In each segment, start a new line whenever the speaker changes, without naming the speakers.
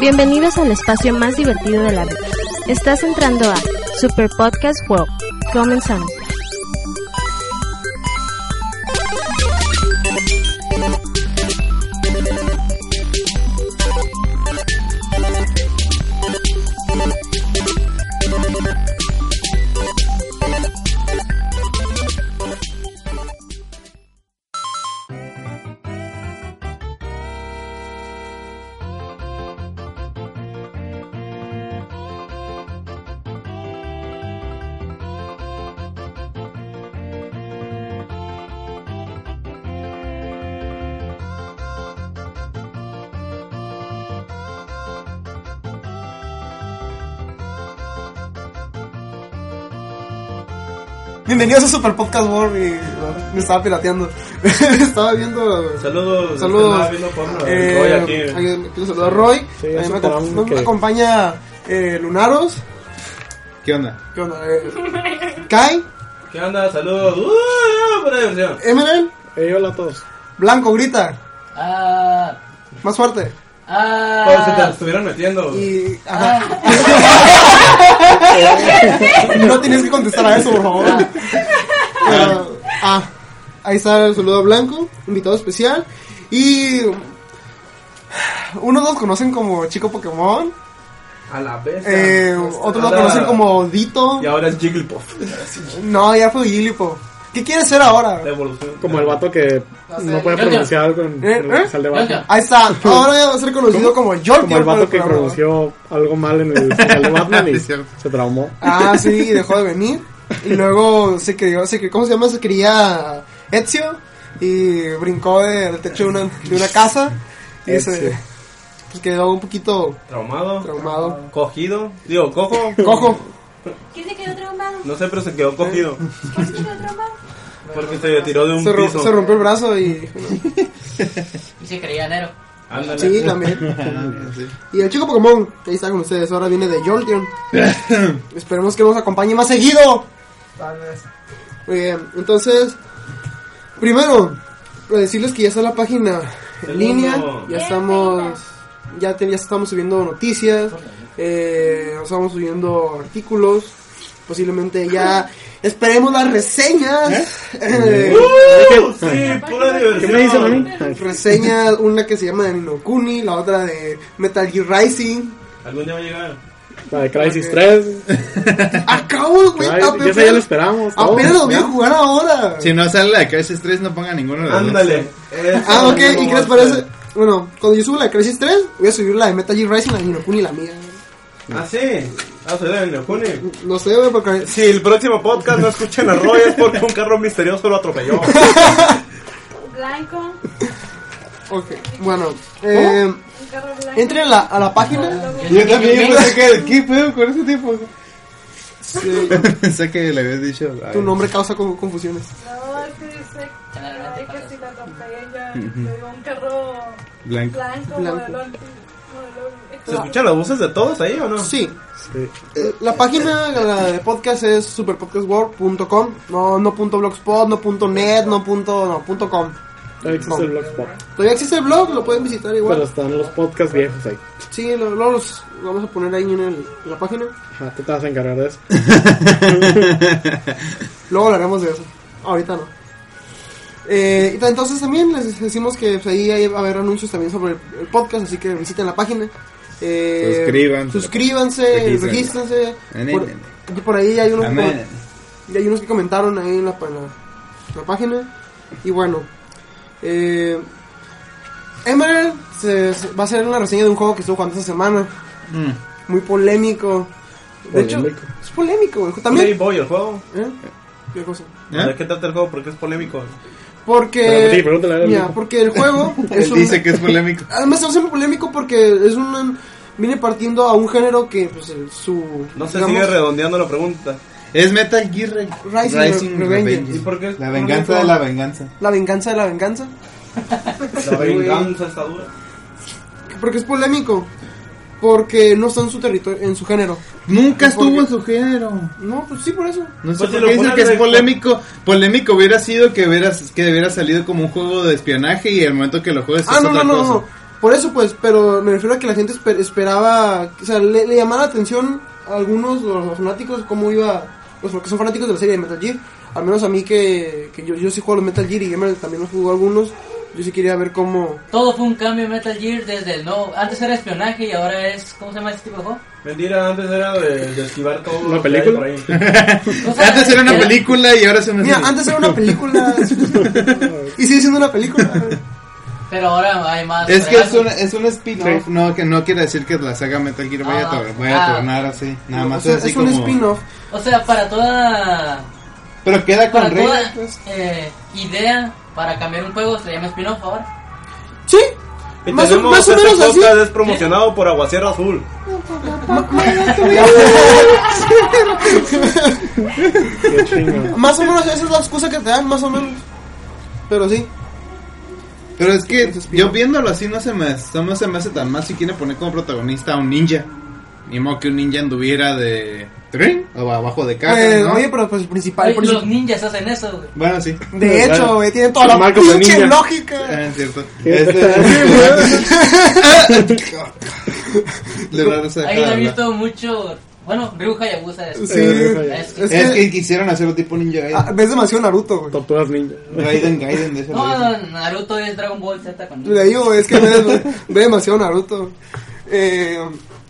Bienvenidos al espacio más divertido de la vida. Estás entrando a Super Podcast World. Comenzamos.
Bienvenidos a Super Podcast World y me estaba pirateando. estaba viendo.
Saludos.
Saludos.
Estaba viendo porno.
Eh,
Roy aquí.
alguien- Quiero saludar a Roy.
Sí,
También
eso
me,
te da
acom-
un
no me
que-
acompaña eh, Lunaros.
¿Qué onda?
¿Qué onda? Eh, Kai,
¿Qué onda? Saludos. ¡Uh! Buena diversión.
Emerald,
Hey, Eh, hola a todos.
Blanco, grita.
Ah,
Más fuerte.
Todos Pues, se te
ah,
estuvieron metiendo.
Y. ajá. no tienes que contestar a eso, por favor. Pero, ah, ahí está el saludo a Blanco, invitado especial. Y. Unos los conocen como Chico Pokémon.
A la vez.
Eh, otros lo conocen como Dito.
Y ahora es Jigglypuff.
No, ya fue Gilipo. ¿Qué quiere ser ahora?
La evolución.
Como el vato que no,
No sé,
puede
Giorgio.
pronunciar algo en
¿Eh?
en lo que
¿Eh?
sale de debate.
Giorgio.
Ahí está. Ahora va a ser conocido como George.
Como el vato que pronunció algo mal en el final de Batman y
Es cierto.
se traumó.
Ah, sí, y dejó de venir. Y luego se crió, se crió- ¿cómo se llama? Se cría Ezio y brincó de- del techo de una, de una casa y se
Ezio.
pues quedó un poquito
Traumado.
traumado.
Cogido. Digo, cojo.
Cojo.
¿Quién se quedó traumado?
No sé, pero se quedó cogido.
¿Por qué se quedó traumado?
Porque se tiró de un
Se, ro-
piso.
se rompió el brazo y...
y se creía enero.
Ándale.
Sí,
Ah,
Ah,
también. Y el chico Pokémon, que ahí está con ustedes, ahora viene de Jolteon. Esperemos que nos acompañe más seguido. Muy bien, entonces, primero, para decirles que ya está la página en
Segundo.
línea, ya
Bien,
estamos, ya, te- ya estamos subiendo noticias, eh, nos estamos subiendo artículos, posiblemente ya esperemos las reseñas. Eh,
¡Uh! Sí, pura diversión.
¿Qué me dicen a mí?
Reseña una que se llama de Ninokuni, la otra de Metal Gear Rising.
Algún día va a llegar.
La de Crisis 3.
Acabo, güey.
Crisis-
apenas-
Ya sé, ya lo esperamos. todos.
Apenas lo voy a jugar ahora.
Si no sale la de Crisis 3, no ponga ninguno de los
Ándale.
Ah, ok. ¿Y qué les parece? Bueno, cuando yo suba la de Crisis 3, voy a subir la de Metal Gear Rising, la de Ninokuni y la mía.
Ah, sí. Ah, se da en el junio.
No sé, güey, porque.
Si el próximo podcast no escuchan a Roy es porque un carro misterioso lo atropelló.
Blanco,
Ok. Bueno, eh,
un carro blanco.
entren a la, a la página.
Yo también pensé que. ¿Qué pedo ¿eh? con ese tipo?
Sí,
pensé que le habías dicho. ay,
tu nombre causa con- confusiones.
No, es que dice ay, que si la atropella, le digo un carro
Blanco.
blanco,
Blanco.
modelo anti- modelo-
¿Se escuchan las voces de todos ahí o no?
Sí.
Sí.
eh, La página la de podcast es superpodcastworld.com, no, no punto blogspot, no punto net, no punto, no, punto com.
Todavía existe el Blogspot.
Todavía existe el blog, lo pueden visitar igual.
Pero están los podcasts viejos ahí.
Sí, lo, lo- los vamos a poner ahí en, el- en la página.
Ajá, tú te vas a encargar de eso.
Luego hablaremos de eso. Ahorita no. Eh, y ta- entonces también les decimos que pues, ahí hay- va a haber anuncios también sobre el, el podcast, así que visiten la página. Eh,
Suscriban.
Suscríbanse,
Regístrense.
regístrense.
Amén.
Por, y por ahí hay unos,
Amén.
y hay unos que comentaron ahí en la, en la- en la página. Y bueno, eh, Emerald se- se- va a hacer una reseña de un juego que estuvo jugando esta semana.
Mm.
muy polémico. De
Polémico.
hecho, es polémico, güey.
Play
También.
Boy, el juego.
¿Eh? ¿Qué cosa?
¿De
¿Eh?
qué trata el juego? Porque es polémico.
Porque.
Pero, sí, pregúntale a él.
Mira, porque el juego es
Él
un.
dice que es polémico.
Además, es siempre polémico porque es un. Viene partiendo a un género que, pues, el- su.
No se
digamos,
sigue redondeando la pregunta.
Es Metal Gear Re-
Rising Re- Revengeance.
¿Y por qué?
La venganza de la venganza.
La venganza de la venganza.
La venganza está dura.
Porque es polémico. Porque no está en su territorio, en su género.
Nunca estuvo
Porque-
en su género.
No, pues sí, por eso.
No
Pues
sé
si
por
lo
qué dicen
ponen
que es
recto.
polémico. Polémico hubiera sido que hubiera, que hubiera salido como un juego de espionaje y al momento que lo juegues
Ah,
es
no, no,
otra
no,
cosa.
no. Por eso, pues, pero me refiero a que la gente esper- esperaba, o sea, le, le llamaba la atención a algunos, los, los fanáticos, cómo iba, los que son fanáticos de la serie de Metal Gear, al menos a mí que, que yo, yo sí juego a los Metal Gear y Gamer también los jugó algunos, yo sí quería ver cómo...
Todo fue un cambio en Metal Gear desde el nuevo. Antes era espionaje y ahora es. ¿Cómo se llama este tipo de juego?
Mentira, antes era de, de esquivar todo.
¿Una
lo que hay
película?
por ahí.
O sea,
Antes era una película y ahora se me
Mira, antes era una película y sigue siendo una película.
Pero ahora hay más.
Es que es
juegazos.
un, es un spin-off, no, que no quiere decir que la saga Metal Gear vaya, a,
Ah,
tor- vaya a
ah.
tornar así, nada más
O sea,
es así
es un
como-
spin-off.
O sea, para toda.
Pero queda con
Para
reglas,
toda
pues.
eh, idea para cambiar un juego se llama spin-off ahora.
Sí,
Y
más o,
tenemos
más o
este
menos así.
podcast es promocionado por Aguacierra Azul.
Qué chingo.
Más o menos esa es la excusa que te dan, más o menos. Pero sí.
Pero es que
Es spin-off.
yo viéndolo así no se me, no me- se me hace tan mal si quiere poner como protagonista a un ninja. Ni modo que un ninja anduviera de... ¿Trin? O abajo de casa,
Eh,
¿no?
Oye, pero pues el principal,
Oye,
el principal-
los ninjas hacen eso, güey.
Bueno, sí.
De
Claro.
hecho, güey, tiene toda la
Marcos de
pinche
ninja.
Ah,
lógica.
es cierto.
¿Qué?
Este- Le va a dejar
Ahí lo he
hablar.
visto mucho. Bueno, Ryu Hayabusa es.
Sí.
Eh,
es-
Es
Es
que
que quisieron hacerlo tipo ninja Gaiden.
ah, ves demasiado Naruto, güey.
Tortugas ninja.
Gaiden, Gaiden, de eso. lo dicen.
No, Naruto es Dragon Ball Z con
Le digo, güey, es que ve, ve demasiado Naruto. Eh,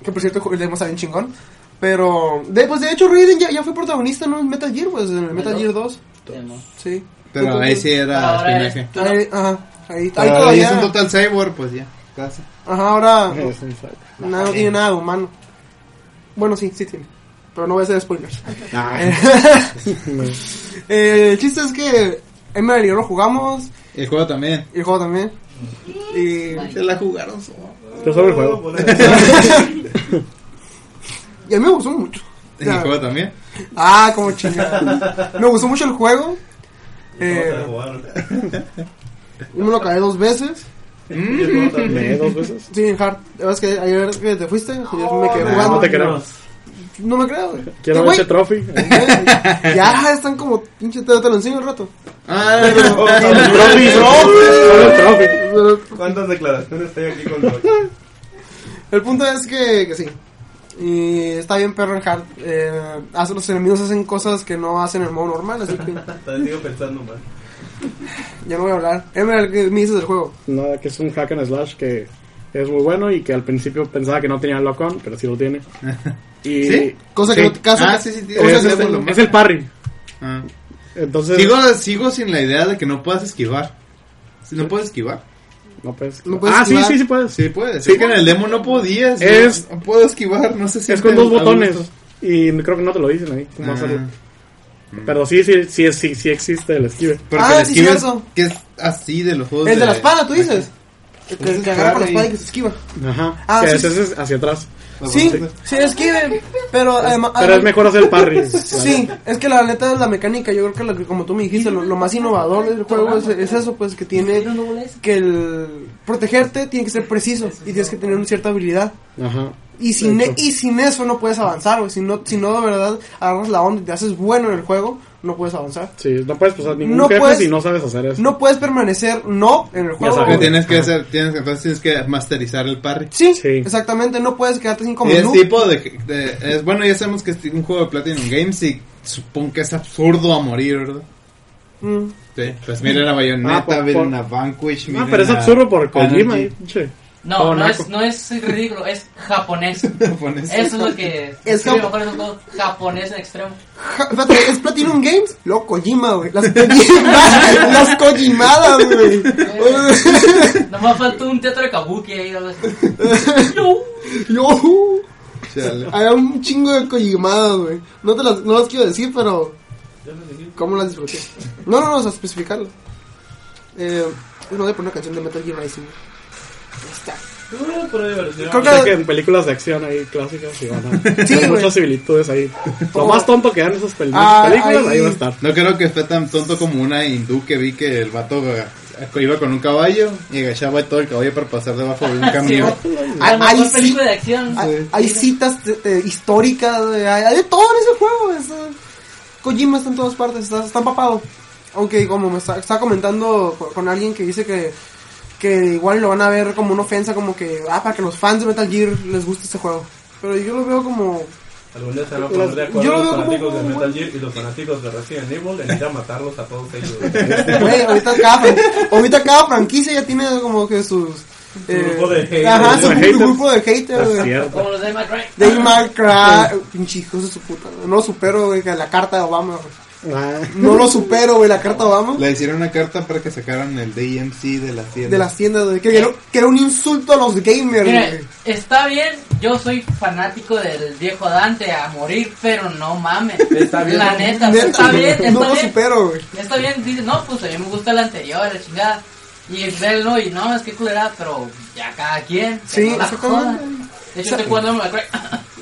que por cierto, el demo está bien chingón. Pero, de, pues de hecho, Raiden ya, ya fue protagonista ¿no? en Metal Gear, pues en el Metal Gear 2.
Demon.
Sí.
Pero ahí sí era
Ahora es-
espionaje.
Ahí- ajá, ahí, ahí
Pero ahí es
todavía.
un total cyborg, pues ya. Casi.
Ajá, ahora
Es un psycho.
nada, no tiene nada de humano. Bueno, sí, sí tiene. Pero no voy a hacer spoilers. Ah. Eh, el chiste es que Emerald y yo lo jugamos.
El juego también.
Y el juego también. Y,
Se la jugaron solo.
Yo sobre el juego.
y a mí me gustó mucho. O
El
sea,
juego también.
ah, como chingada. Me gustó mucho el juego.
Vamos a
Eh,
jugar.
yo me lo caí dos veces. Mm.
Me dos veces.
Sí, en hard. La verdad es que ayer que te fuiste, yo me quedé
no,
jugando.
no te creo.
No me creo, güey.
Quiero ver
Güey,
ese trophy.
Ya están como pinche te, te lo enseño un rato.
Ah,
El trophy. Solo el trophy.
Pero
¿Cuántas declaraciones estoy aquí con los...
El punto es que, que sí. Y está bien perro en hard. Eh, hace- los enemigos hacen cosas que no hacen en modo normal, así que
Todavía sigo pensando mal.
ya no voy a hablar. Emerald, ¿qué me dices del juego?
Nada, que es un hack and slash que es muy bueno y que al principio pensaba que no tenía lock on, pero sí lo tiene. Y
¿Sí?
Cosa que
Sí.
no te casa.
Ah, sí, sí, tío.
es,
Cosa que
es-
no lo
es el parry.
Ah.
Entonces,
Sigo, sigo sin la idea de que no puedas esquivar. Si No puedes esquivar.
no puedes.
No puedes
ah, sí,
esquivar.
sí, sí puedes.
Sí, puedes.
Sí.
Es que en el demo no podías.
Es-
No, no puedo esquivar, no sé si
es con dos botones. Y creo que no te lo dicen ahí. cómo va
Ah,
a
Ah.
salir.
mm.
Pero sí, sí, sí, sí, sí existe el esquive.
Pero
Ah,
que el
sí,
esquive es-
cierto.
que es así de los juegos.
El de la espada, tú dices. Que, que-
Ese es
que agarra con la
parry.
espada y que se esquiva.
Ajá.
Ah,
que
sí,
es,
sí.
es hacia atrás.
Sí, sí, esquive. Pero además.
Pero es mejor hacer el parry.
Sí, es que la neta es la mecánica. Yo creo que lo que, como tú me dijiste, lo, lo más innovador del juego es, es eso, pues que tiene
¿Vieron Double S?
que el protegerte tiene que ser preciso y tienes que tener una cierta habilidad.
Ajá.
Y sin, e,
De hecho.
y sin eso no puedes avanzar, güey. Si no, si no de verdad agarras la onda y te haces bueno en el juego, no puedes avanzar.
Sí, no puedes pasar ningún
No
jefe
puedes-
si no sabes hacer eso.
No puedes permanecer no en el juego.
sabes.
Que
güey.
tienes que
Ajá.
hacer, tienes, que- entonces tienes que masterizar el parry.
Sí,
Sí.
exactamente. No puedes quedarte sin como
Y es tipo de, de- es, bueno, ya sabemos que es un juego de Platinum Games y supongo que es absurdo a morir, ¿verdad?
Mm.
Sí, pues miren a Bayonetta,
Ah, por-
miren
por-
a Vanquish,
Ah,
miren
pero es
a-
absurdo por
a
Kojima.
Energy.
che.
No,
Oh,
no
naco.
es, no es ridículo, es japonés.
Pones-
Eso es lo que
Es
es
japo-
mejor es un juego japonés en extremo.
es Platinum Games, lo Kojima, güey. Las Kojimadas, las Kojimadas, güey.
Nomás falta un teatro de kabuki ahí. algo así.
Yo,
Chale.
había un chingo de Kojimadas, güey. No, te las, no las quiero decir, pero. ¿Cómo las disfruté? No, no, no, o sea, especificarlo. Eh, no voy a poner una canción de Metal Gear Rising. Ahí está.
No, pero diversión.
Creo
O sea
que
que en películas de acción ahí clásicas y van a
Sí,
hay
güey.
muchas similitudes ahí. Lo
Oh.
más tonto que dan esas pel-
Ah,
películas, ahí
ahí.
va a estar.
No creo que fue tan tonto como una hindú que vi que el vato aga- iba con un caballo y agachaba todo el caballo para pasar debajo de un camión.
Ah,
La
ahí
mejor
sí.
película de acción.
Hay, Ah, hay citas eh, eh, históricas, eh, hay, hay de todo en ese juego. es, eh, Kojima está en todas partes, está, está empapado. Aunque como me está, estaba comentando co- con, alguien que dice que que igual lo van a ver como una ofensa, como que, ah, para que los fans de Metal Gear les guste este juego. Pero yo lo veo como,
Algún día se van a poner de acuerdo
Yo lo
los
veo como-
fanáticos de Metal Gear y los fanáticos de Resident Evil en ir a matarlos a todos ellos.
güey, ahorita cada, fran- ahorita cada franquicia ya tiene como que sus... eh,
grupo de haters.
Ajá, su
Grupo de
grupo de haters,
Es
güey.
cierto.
Como los de Matt Wright.
Dave Minecraft, pinche hijo de su puta. güey. No lo supero, güey, que la carta de Obama. güey.
Ah,
No lo supero, güey, la carta de Obama.
Le hicieron una carta para que sacaran el DMC de la tienda.
De las tiendas, güey. Que, era- que era un insulto a los gamers,
Mira,
güey.
está bien, yo soy fanático del viejo Dante a morir, pero no mames.
Está bien.
La neta,
Neta,
está bien, está
no lo
bien.
supero, güey.
Está bien, dice, no, pues a mí me gusta la anterior, la chingada. Y él no, y no, es que culerada, pero ya cada quien. que
Sí,
no la
exactamente.
jodan. De hecho, estoy jugando Matt Wright.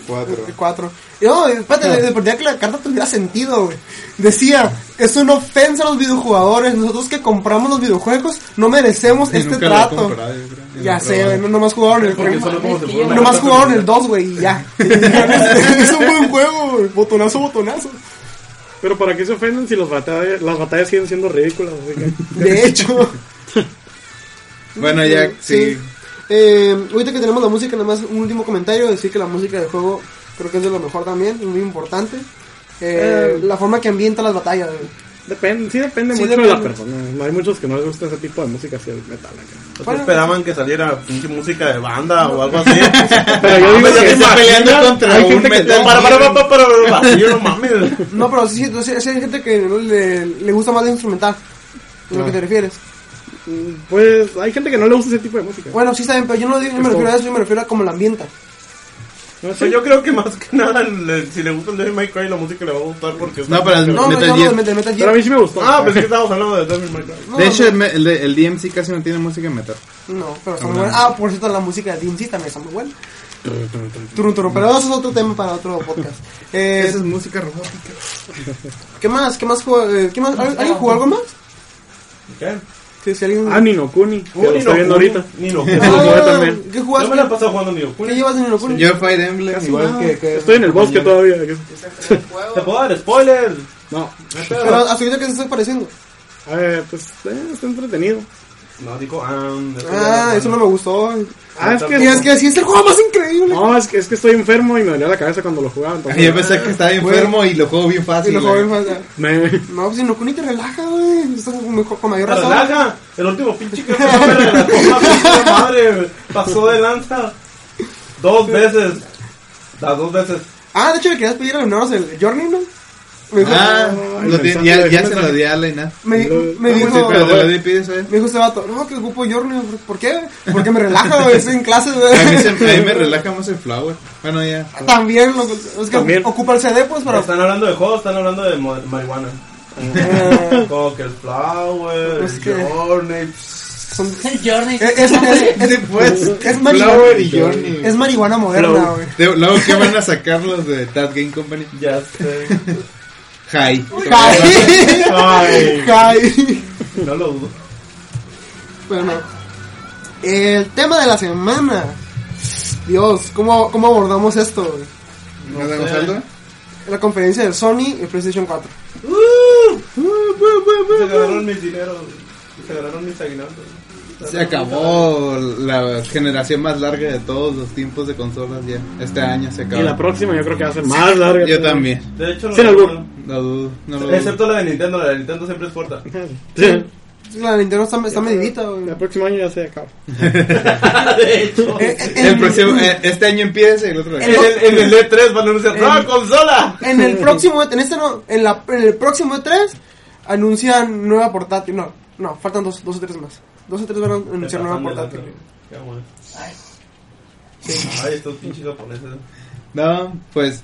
Cuatro.
Cuatro. No, espérate, de, de perdida que la carta tuviera sentido, güey. Decía, es una ofensa a los videojugadores. Nosotros que compramos los videojuegos no merecemos
Y
este
nunca lo he
trato.
comprado, yo creo.
Ya
Y
sé, güey, no,
lo he
nomás jugaron el
Porque
juego.
solo como se
no-
Nomás jugaron el 2, güey, y ya. es un buen juego, güey. Botonazo, botonazo.
Pero para qué se ofenden si los batallas, las batallas siguen siendo ridículas. así que-
De hecho.
probado. Bueno, ya, sí.
Eh, ahorita que tenemos la música, nada más un último comentario, decir que la música del juego creo que es de lo mejor también, es muy importante. Eh,
Eh,
la forma que ambienta las batallas. güey.
Depende, sí depende
Sí,
mucho de la
depende.
persona. Hay muchos que no les gusta ese tipo de música así el metal acá.
Pues
Bueno.
esperaban que saliera pinche música de banda o algo así.
Pero yo digo
Mames, ya
que
se está peleando
contra
hay
un
gente que-
metal.
Para, para, para, para, para, para, para. Yo no mames.
No, pero sí, entonces, sí hay gente que no le, le gusta más la instrumental, a
Ah.
lo que te refieres.
Pues hay gente que no le gusta ese tipo de música.
Bueno, sí saben, pero yo no digo- yo me
Es
refiero a
todo.
eso, yo me refiero a como la ambienta.
No
O sea,
sé.
yo creo que más que nada, le- si le gusta el Devil May Cry, la música le va a gustar porque... es
No,
una-
pero el
No, no,
Metal
yo
Gear.
hablo de Metal
Pero a
Gear.
mí sí me gustó.
Ah, pues es que estábamos hablando de Devil May Cry.
No,
De hecho,
no,
el, me- el de- el DMC casi no tiene música metal.
No, pero está muy buena. Ah, por cierto, la música de DMC también está muy buena. Turun, turun, pero eso es otro tema para otro podcast. Eh,
Esa es música robótica.
¿Qué más? ¿Qué más? jugó- eh, ¿Qué más? ¿Al- ¿Alguien jugó algo más?
¿Qué?
Sí, si alguien...
Ah, Nino Kuni. Que lo
Ni
estoy viendo
Kuni,
ahorita.
Ni no.
Ah, lo jugué también.
¿Qué
Yo me la he
jugaste?
pasado jugando Nino
¿Qué
Kuni.
llevas en el locura?
Yo Fire Emblem, igual que, que-
Estoy en el bosque todavía.
¿Te puedo dar spoiler?
No.
Pero hasta ahorita que se está pareciendo.
A ver, pues eh, está entretenido.
No, digo... Ah, eso ya
Ah,
no-
eso no me gustó.
Ah, es
Y es
que...
que sí, es el juego más increíble.
No, es que, es que estoy enfermo y me dolía la cabeza cuando lo jugaba.
Ah,
Entonces,
Yo pensé que estaba enfermo y lo juego bien
Y
fácil.
lo
güey.
joven fue acá.
me-
No, pues si no, Kuni te relaja, güey. Estás mejor, con mayor
Pero
razón.
Relaja, el último pinche que fue la pinche madre pasó de lanza dos veces. Las dos veces.
Ah, de hecho, le querías pedir a Leonaros el Journey, ¿no? Me dijo,
Ah,
Ay,
lo tiene-
mensaje,
ya, ya
mensaje.
se lo di a Lena.
me,
lo-
me
Ah,
dijo,
Sí, pero te lo di, pides, güey.
me dijo ese vato, no, que ocupo Journey, ¿por qué? Porque me relaja, güey, estoy en clases, güey.
A mí, se, a mí me relaja más el flower. Bueno, ya.
También, lo, es que
También.
ocupa el CD, pues, para...
Están hablando de juegos, están hablando de mo- marihuana.
Eh,
Como que el Flower,
Pues
el
que-
Journey. pues,
son-
Journey.
es, es, es, es,
pues,
es marihuana,
Flower y Journey.
es marihuana moderna,
Flow.
güey.
De- Luego, ¿qué van a sacar los de That Game Company?
Ya sé.
Hi.
Caí.
Ay,
Caí.
no lo dudo.
Bueno, el tema de la semana. Dios, ¿cómo, cómo abordamos esto? güey?
¿Nos damos
sé.
algo?
La conferencia de Sony y PlayStation Uh, 4.
¡Uh!
Se ganaron mis dineros. Se ganaron mis aguinaldos.
Se acabó la generación más larga de todos los tiempos de consolas ya. Este año se acabó.
y la próxima yo creo que va a ser más larga.
Yo también.
De hecho, no
Sin
lo
albur.
dudo.
No dudo. No lo dudo.
Excepto la de Nintendo, la de Nintendo siempre es corta.
Sí.
La Nintendo está, está medidita, güey.
El próximo año ya se acaba.
de hecho.
Eh, eh,
El próximo, eh, este año empieza y el otro.
En el, en el E3 van a anunciar ¡Nueva consola!
En el próximo, en este no, en, la, en el próximo 3 anuncian nueva portátil. No, no, faltan dos, dos o tres más. Dos o tres van a anunciar nueva portátil.
Qué bueno. Ay, estos pinches japoneses.
No, pues.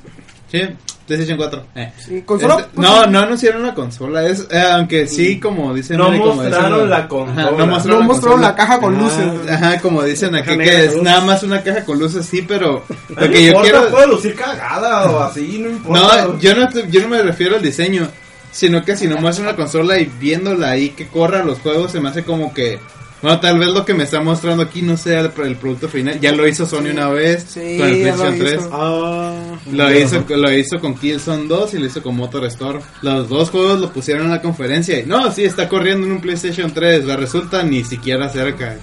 Sí, PlayStation 4. Eh.
Sí, consola,
Este-
pues,
no, no anunciaron la consola. Es, eh, aunque sí, como dicen.
Mm. No
eh, como
mostraron
dicen-
la Ah. consola.
no mostraron,
No
la,
mostraron
consola.
la caja con luces, güey.
Ajá, como dicen aquí,
negra
que
con
es
luces.
nada más una caja con luces, sí, pero.
No
Lo que yo
importa,
quiero.
puede lucir cagada o así, no importa.
No, yo no, estoy- yo no me refiero al diseño, sino que si no muestra una consola y viéndola ahí que corra los juegos, se me hace como que Bueno, tal vez lo que me está mostrando aquí no sea el, el producto final. Ya lo hizo Sony una vez
Sí,
con el
ya lo
PlayStation 3.
hizo.
Ah,
Lo hizo, lo hizo con Killzone 2 y lo hizo con Motor Storm. Los dos juegos lo pusieron en la conferencia. Y, no, sí, está corriendo en un PlayStation 3. La resulta ni siquiera cerca.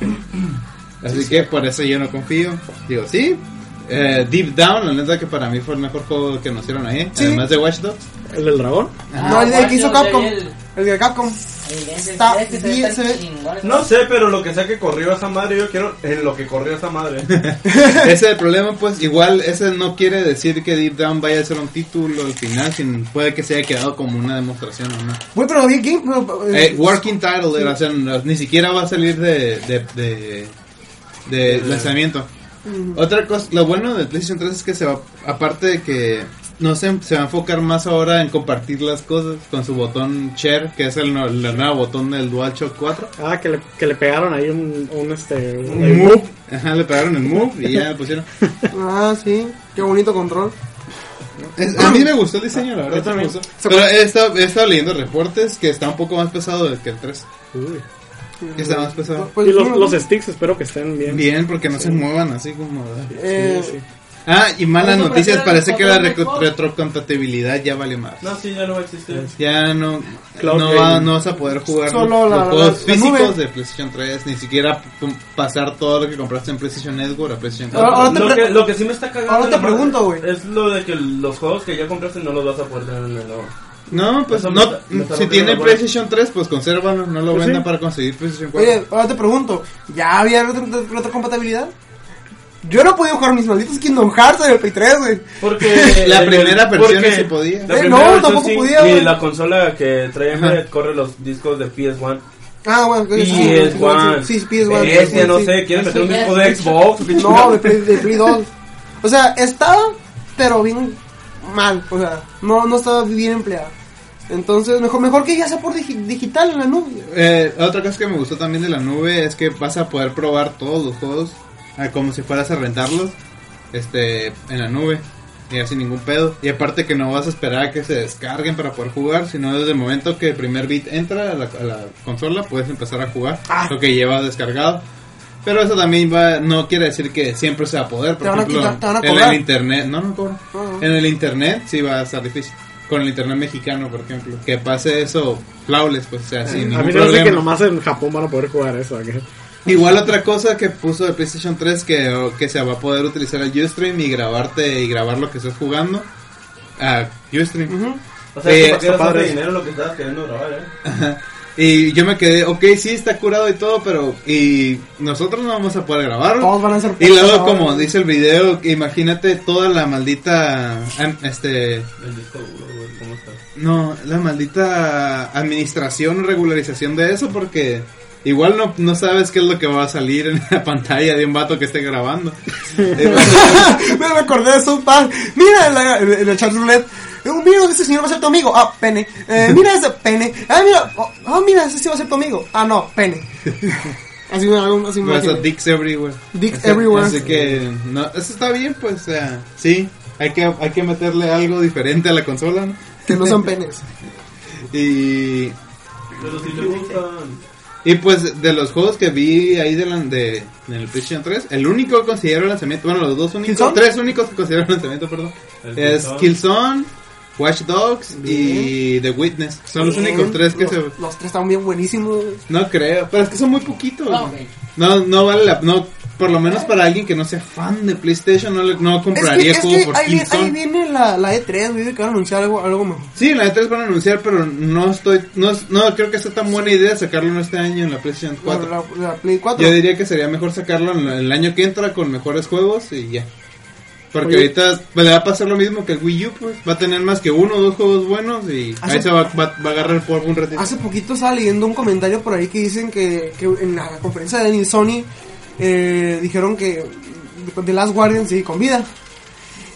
Así que por eso yo no confío. Digo, sí. eh, Deep Down, la neta que para mí fue el mejor juego que nos hicieron ahí.
Sí.
Además de Watch Dogs.
el del dragón.
Ah,
No, el de que hizo
Watch Dogs,
Capcom.
el-
El de Capcom. Está
Está
bien, se ve-
No sé, pero lo que sea que corrió esa madre, yo quiero en lo que corrió esa madre.
Ese es el problema, pues. Igual, ese no quiere decir que Deep Down vaya a ser un título al final. sin- puede que se haya quedado como una demostración o no.
Güey, pero había game. pero, eh,
Eh, working title era, o sea, no- ni siquiera va a salir de, de, de, de lanzamiento. Otra cosa, lo bueno de PlayStation 3 es que se va, aparte de que no sé, se va a enfocar más ahora en compartir las cosas con su botón share, que es el, no- el nuevo botón del DualShock 4.
Ah, que le, que le pegaron ahí un, un este. un-
El move, ajá, le pegaron el move y ya le pusieron.
Eh,
Ah, sí. Qué bonito control.
Es- a mí me gustó el diseño, la verdad.
Yo también. pues-
me gustó. Pero he estado, he estado leyendo reportes que está un poco más pesado que el 3.
Uy.
Que está
Ah.
más pesado.
Pues,
y los,
no,
los sticks espero que estén bien.
Bien, porque no se muevan así como.
eh,
Sí, sí.
Ah, y malas
Eso
noticias, parece
parece
que la
otro
reco-
mejor.
retrocompatibilidad ya vale más.
No, sí, ya no va a existir.
Ya no,
Cloud
no, va-
gaming.
no vas a poder jugar
Solo
los
la-
juegos
la- la
físicos
nube.
de PlayStation 3, ni siquiera p- pasar todo lo que compraste en PlayStation Network a PlayStation 4.
Ahora- ahora te
lo,
pre-
que, lo que sí me está cagando.
ahora te
la madre
pregunto, güey.
Es lo de que los juegos que ya compraste no los vas a poder tener en el nuevo.
no, pues
Eso me
no,
está- me está
si
rompiendo
tiene
la bola.
PlayStation 3, pues consérvalo, no lo
Pues
venda
sí.
para conseguir PlayStation 4.
Oye, ahora te pregunto, ¿ya había retro- retrocompatibilidad? Yo no podía jugar mis malditos Kingdom Hearts en el Play 3, güey.
Porque
La
en el-
primera versión
porque
no se podía.
la
Eh,
primera
no,
versión
tampoco
sí,
podía,
Y
güey.
la consola que trae
Ajá.
Fred corre los discos de PS1.
Ah, bueno, sí, sí,
PS1.
Sí, sí, PS1.
Bestia, no
sí.
sé, quieren meter un
Sí,
disco
ya
de
es-
Xbox. pinche
No, de Play, de Play 2. O sea, estaba, pero bien mal. O sea, no, no estaba bien empleada. Entonces, mejor, mejor que ya sea por digi- digital en la nube.
Eh, otra cosa que me gustó también de la nube es que vas a poder probar todos los juegos ah, como si fueras a rentarlos este en la nube y sin ningún pedo y aparte que no vas a esperar a que se descarguen para poder jugar sino desde el momento que el primer bit entra a la, a la consola puedes empezar a jugar
Ah.
lo que llevas descargado pero eso también va no quiere decir que siempre se va a poder por
Te van a
ejemplo
quitar- te van a
en
cobrar. Ah,
el internet no no cobra en el internet sí va a estar difícil con el internet mexicano por ejemplo que pase eso flawless pues o sea sin
A
ningún
mí se me hace que
problema.
nomás en Japón van a poder jugar eso. ¿a qué?
Igual otra cosa que puso de PlayStation 3 que, que se va a poder utilizar el Ustream y grabarte y grabar lo que estés jugando. Ah, Ustream.
O sea,
Eh,
que para qué
está
era tanto
padre.
dinero lo que estabas queriendo grabar, eh.
Y yo me quedé, ok, sí, está curado y todo, pero y nosotros no vamos a poder grabarlo.
Todos van a ser
Y luego,
ahora.
como dice el video, que imagínate toda la maldita. am- Este.
El disco duro, güey, ¿cómo está?
No, la maldita administración, regularización de eso, porque igual no, no sabes qué es lo que va a salir en la pantalla de un vato que esté grabando. Eh,
Me recordé de South Park. Mira en la, en la chat roulette. Eh, Mira, ese señor va a ser tu amigo. Ah, pene. Eh, mira ese pene. Ah, mira. Oh, ah, mira, ese sí va a ser tu amigo. Ah, no, pene. Así me así me
Vas a
imaginé.
pues, dicks everywhere.
Dicks
Así-
everywhere.
Así que, no, eso está bien, pues, o sea, sí, hay que, hay que meterle algo diferente a la consola, ¿no?
Que no son penes.
Y,
Pero si te gustan.
y pues, de los juegos que vi ahí de, la- de, en el PlayStation 3, el único que considero lanzamiento, bueno, los dos únicos,
¿Killzone?
tres únicos que considero lanzamiento, perdón,
El
es
Killzone.
Killzone, Watch Dogs y The Witness. Son los
Bien.
únicos tres que
los,
se...
Los tres están bien buenísimos.
No creo, pero es que son muy poquitos.
Ah, ok.
No, no vale la... No, por lo menos para alguien que no sea fan de PlayStation, no, le- no
Es que,
compraría
es
juego
que
por
ahí, viene, ahí
Killzone.
viene la, la E3, güey, que van a anunciar algo, algo mejor.
Sí, la E3 van a anunciar, pero no estoy... No, no creo que sea tan buena idea sacarlo en este año en la PlayStation 4.
La, la- la Play 4.
Yo diría que sería mejor sacarlo en el año que entra con mejores juegos y ya. Porque
Oye.
ahorita le va a pasar lo mismo que el Wii U, pues. Va a tener más que uno o dos juegos buenos y
Hace-
ahí se va, va- va a agarrar el polvo un ratito.
Hace poquito estaba leyendo un comentario por ahí que dicen que, que en la conferencia de Sony eh, dijeron que The Last Guardian sigue con vida.